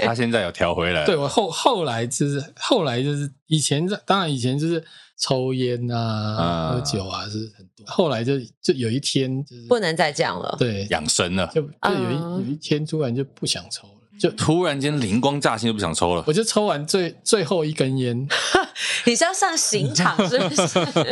[SPEAKER 2] 他现在有调回来，
[SPEAKER 4] 对，我后后来就是后来就是以前在当然以前就是抽烟啊、
[SPEAKER 2] 啊
[SPEAKER 4] 喝酒啊是很多。后来就就有一天就是
[SPEAKER 1] 不能再这样了。
[SPEAKER 4] 对，
[SPEAKER 2] 养生了，
[SPEAKER 4] 就就有一、
[SPEAKER 1] 啊
[SPEAKER 4] 有一天突然就不想抽了，就
[SPEAKER 2] 突然间灵光乍现就不想抽了
[SPEAKER 4] 我。就抽完最最后一根烟，
[SPEAKER 1] 你是要上刑场是不 是？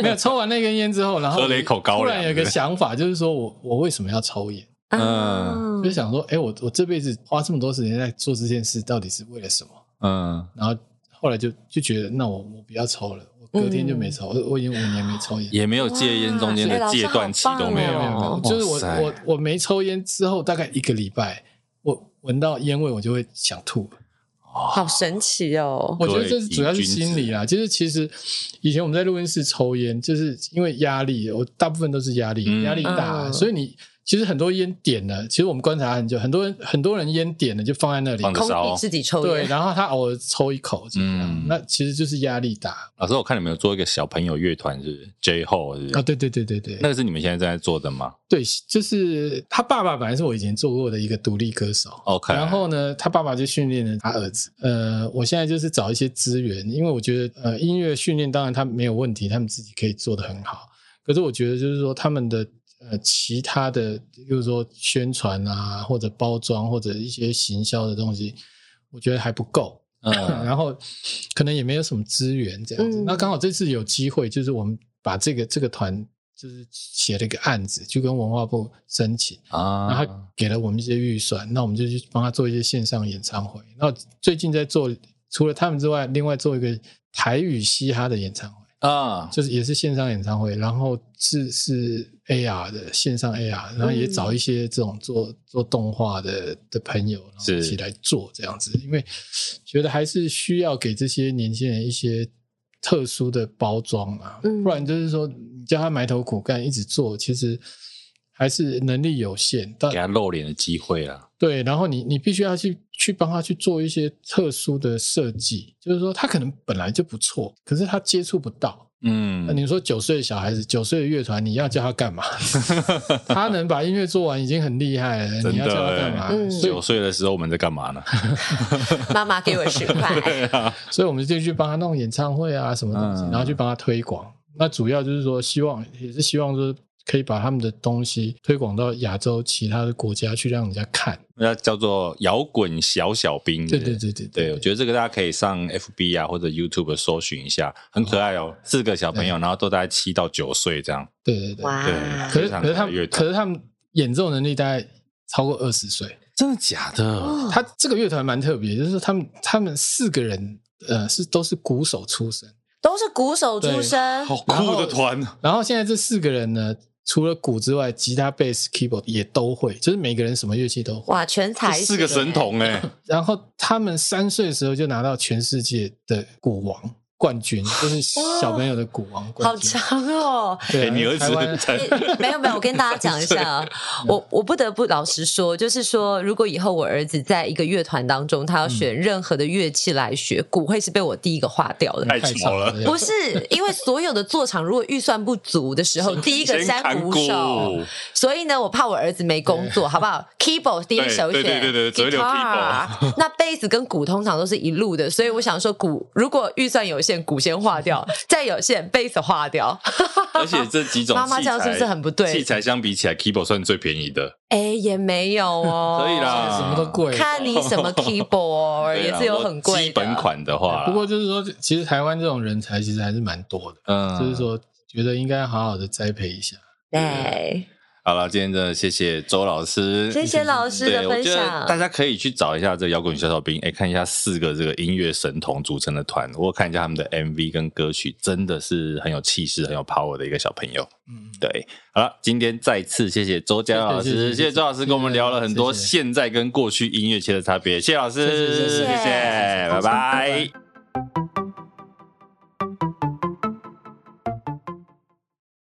[SPEAKER 4] 没有抽完那根烟之后，然后
[SPEAKER 2] 喝了一口高
[SPEAKER 4] 突
[SPEAKER 2] 粱
[SPEAKER 4] 然有一个
[SPEAKER 2] 对
[SPEAKER 4] 想法，就是说我我为什么要抽烟？
[SPEAKER 1] 啊
[SPEAKER 2] 嗯
[SPEAKER 4] 就想说，哎、我我这辈子花这么多时间在做这件事，到底是为了什么？
[SPEAKER 2] 嗯，
[SPEAKER 4] 然后后来就就觉得，那我我不要抽了，我隔天就
[SPEAKER 1] 嗯
[SPEAKER 4] 没抽，我我已经五年没抽烟。
[SPEAKER 2] 也没有戒烟中间的戒断期都没
[SPEAKER 4] 没有没有没
[SPEAKER 2] 有
[SPEAKER 4] 有
[SPEAKER 1] 哦，
[SPEAKER 4] 就是我
[SPEAKER 2] 哇塞
[SPEAKER 4] 我我没抽烟之后，大概一个礼拜，我闻到烟味我就会想吐。
[SPEAKER 1] 好神奇哦！
[SPEAKER 4] 我觉得这是主要是心理啊，就是其实以前我们在录音室抽烟，就是因为压力，我大部分都是
[SPEAKER 2] 嗯
[SPEAKER 4] 压力，压力大，
[SPEAKER 1] 嗯
[SPEAKER 4] 所以你其实很多烟点了，其实我们观察很久，很多人很多人烟点了就放在那里，
[SPEAKER 2] 放着
[SPEAKER 1] 空
[SPEAKER 2] 烧
[SPEAKER 1] 地自己抽
[SPEAKER 4] 对，
[SPEAKER 1] 烟，
[SPEAKER 4] 然后他偶尔抽一口，
[SPEAKER 2] 嗯
[SPEAKER 4] 嗯，那其实就是压力大
[SPEAKER 2] 老师，我看你们有做一个小朋友乐团，是不是 J Ho？是不是
[SPEAKER 4] 啊，对对对对对，
[SPEAKER 2] 那个是你们现在正在做的吗
[SPEAKER 4] 对，就是他爸爸本来是我以前做过的一个独立歌手。
[SPEAKER 2] ？OK，
[SPEAKER 4] 然后呢，他爸爸就训练了他儿子。呃，我现在就是找一些资源，因为我觉得呃，音乐训练当然他没有问题，他们自己可以做得很好。可是我觉得就是说他们的呃其他的，比如说宣传啊，或者包装或者一些行销的东西，我觉得还不够。
[SPEAKER 2] 嗯
[SPEAKER 4] 然后可能也没有什么资源这样子。
[SPEAKER 1] 嗯
[SPEAKER 4] 那刚好这次有机会，就是我们把这个这个团就是写了一个案子，就跟文化部申请， 然后
[SPEAKER 2] 啊
[SPEAKER 4] 他，给了我们一些预算，那我们就去帮他做一些线上演唱会。那最近在做，除了他们之外，另外做一个台语嘻哈的演唱会。
[SPEAKER 2] 啊，
[SPEAKER 4] 就是也是线上演唱会，然后是是 AR 的线上 AR，然后也找一些这种做做动画的的朋友，然后
[SPEAKER 2] 是
[SPEAKER 4] 一起来做这样子，因为觉得还是需要给这些年轻人一些特殊的包装啊，
[SPEAKER 1] 嗯
[SPEAKER 4] 不然就是说你叫他埋头苦干一直做，其实还是能力有限，但
[SPEAKER 2] 给他露脸的机会啦。
[SPEAKER 4] 对，然后你你必须要去去帮他去做一些特殊的设计，就是说他可能本来就不错，可是他接触不到。那
[SPEAKER 2] 嗯，
[SPEAKER 4] 呃你说九岁的小孩子，九岁的乐团，你要叫他干 嘛？他能把音乐做完已经很厉害了，
[SPEAKER 2] 真
[SPEAKER 4] 你要叫他
[SPEAKER 2] 的
[SPEAKER 4] 干
[SPEAKER 2] 欸
[SPEAKER 4] 嘛？
[SPEAKER 1] 嗯
[SPEAKER 4] 所以
[SPEAKER 2] 九，岁的时候我们在干嘛呢？
[SPEAKER 1] 妈妈给我十块。
[SPEAKER 2] 对啊，
[SPEAKER 4] 所以我们就去帮他弄演唱会啊，什么东西，
[SPEAKER 2] 嗯
[SPEAKER 4] 然后去帮他推广。那主要就是说，希望也是希望说，可以把他们的东西推广到亚洲其他的国家去，让人家看。
[SPEAKER 2] 那叫做摇滚小小兵。
[SPEAKER 4] 对对对对
[SPEAKER 2] 嗯对，我觉得这个大家可以上 FB 啊或者 YouTube 搜寻一下，很可爱哦。四个小朋友，然后都大概七到九岁这样。
[SPEAKER 4] 对对对。
[SPEAKER 1] 哇，
[SPEAKER 2] 对
[SPEAKER 4] 可
[SPEAKER 2] 非
[SPEAKER 4] 是
[SPEAKER 2] 常
[SPEAKER 4] 可是他
[SPEAKER 2] 乐
[SPEAKER 4] 们
[SPEAKER 2] 团
[SPEAKER 4] 可是他们演奏能力大概超过二十岁。
[SPEAKER 2] 真的假
[SPEAKER 1] 哦
[SPEAKER 2] 的？
[SPEAKER 4] 他这个乐团蛮特别，就是他们他们四个人呃是都是鼓手出身。
[SPEAKER 1] 都是鼓手出身，
[SPEAKER 2] 好酷的团！
[SPEAKER 4] 然后现在这四个人呢，除了鼓之外，吉他、贝斯、keyboard 也都会，就是每个人什么乐器都会。
[SPEAKER 1] 哇，全
[SPEAKER 2] 这
[SPEAKER 1] 才
[SPEAKER 2] 四个神，童哎，
[SPEAKER 4] 然后他们三岁的时候就拿到全世界的鼓王冠军，就是小朋友的鼓王
[SPEAKER 1] 好
[SPEAKER 4] 冠军。
[SPEAKER 1] 强哦！
[SPEAKER 2] 哎
[SPEAKER 4] 对啊，
[SPEAKER 2] 你儿
[SPEAKER 4] 台湾
[SPEAKER 2] 子才
[SPEAKER 1] 欸 没有没有，我跟大家讲一下 啊，我我不得不老实说，就是说，如果以后我儿子在一个乐团当中，他要选任何的乐器来学，鼓会是被我第一个划掉的。
[SPEAKER 2] 太吵了。
[SPEAKER 4] 对啊
[SPEAKER 1] 不是，因为所有的做场如果预算不足的时候，第一个
[SPEAKER 2] 先
[SPEAKER 1] 三
[SPEAKER 2] 砍
[SPEAKER 1] 鼓
[SPEAKER 2] 鼓
[SPEAKER 1] 手，所以呢，我怕我儿子没工作，好不好？Keyboard 第一首选，
[SPEAKER 2] 对对对对只会留
[SPEAKER 1] guitar 那贝斯跟鼓通常都是一路的，所以我想说鼓，如果预算有限，鼓先划掉，再有限贝斯划 掉。
[SPEAKER 2] 而且这几种
[SPEAKER 1] 妈妈
[SPEAKER 2] 器
[SPEAKER 1] 这样是不
[SPEAKER 2] 材
[SPEAKER 1] 是很不对
[SPEAKER 2] 器材相比起来，keyboard 算最便宜的，
[SPEAKER 1] 哎，也没有哦，
[SPEAKER 2] 可以啦，
[SPEAKER 4] 什么都贵。
[SPEAKER 1] 看你什么 keyboard
[SPEAKER 2] 对
[SPEAKER 1] 也
[SPEAKER 2] 啦
[SPEAKER 1] 是有很贵的
[SPEAKER 2] 基本。款的话啦，
[SPEAKER 4] 不过就是说，其实台湾这种人才其实还是蛮多的，
[SPEAKER 2] 嗯
[SPEAKER 4] 就是说觉得应该好好的栽培一下。
[SPEAKER 1] 对，
[SPEAKER 2] 好了，今天真的谢谢周老师，
[SPEAKER 1] 谢谢老
[SPEAKER 2] 嗯
[SPEAKER 1] 师的
[SPEAKER 2] 对我
[SPEAKER 1] 分
[SPEAKER 2] 觉得大
[SPEAKER 1] 享。
[SPEAKER 2] 家可以去找一下这个摇滚小小兵，哎，看一下四个这个音乐神童组成的团，我有看一下他们的 MV 跟歌曲，真的是很有气势、很有 power 的一个小朋友。
[SPEAKER 4] 嗯，
[SPEAKER 2] 对，好了，今天再次谢谢周佳老
[SPEAKER 4] 谢谢谢
[SPEAKER 2] 师，
[SPEAKER 4] 谢
[SPEAKER 2] 谢谢周老师跟我们聊了很多
[SPEAKER 4] 谢谢
[SPEAKER 2] 现在跟过去音乐界的差别，谢谢老师，
[SPEAKER 4] 谢谢谢谢
[SPEAKER 2] 谢
[SPEAKER 1] 谢谢
[SPEAKER 2] 谢，拜
[SPEAKER 4] 拜
[SPEAKER 2] 拜
[SPEAKER 4] 拜。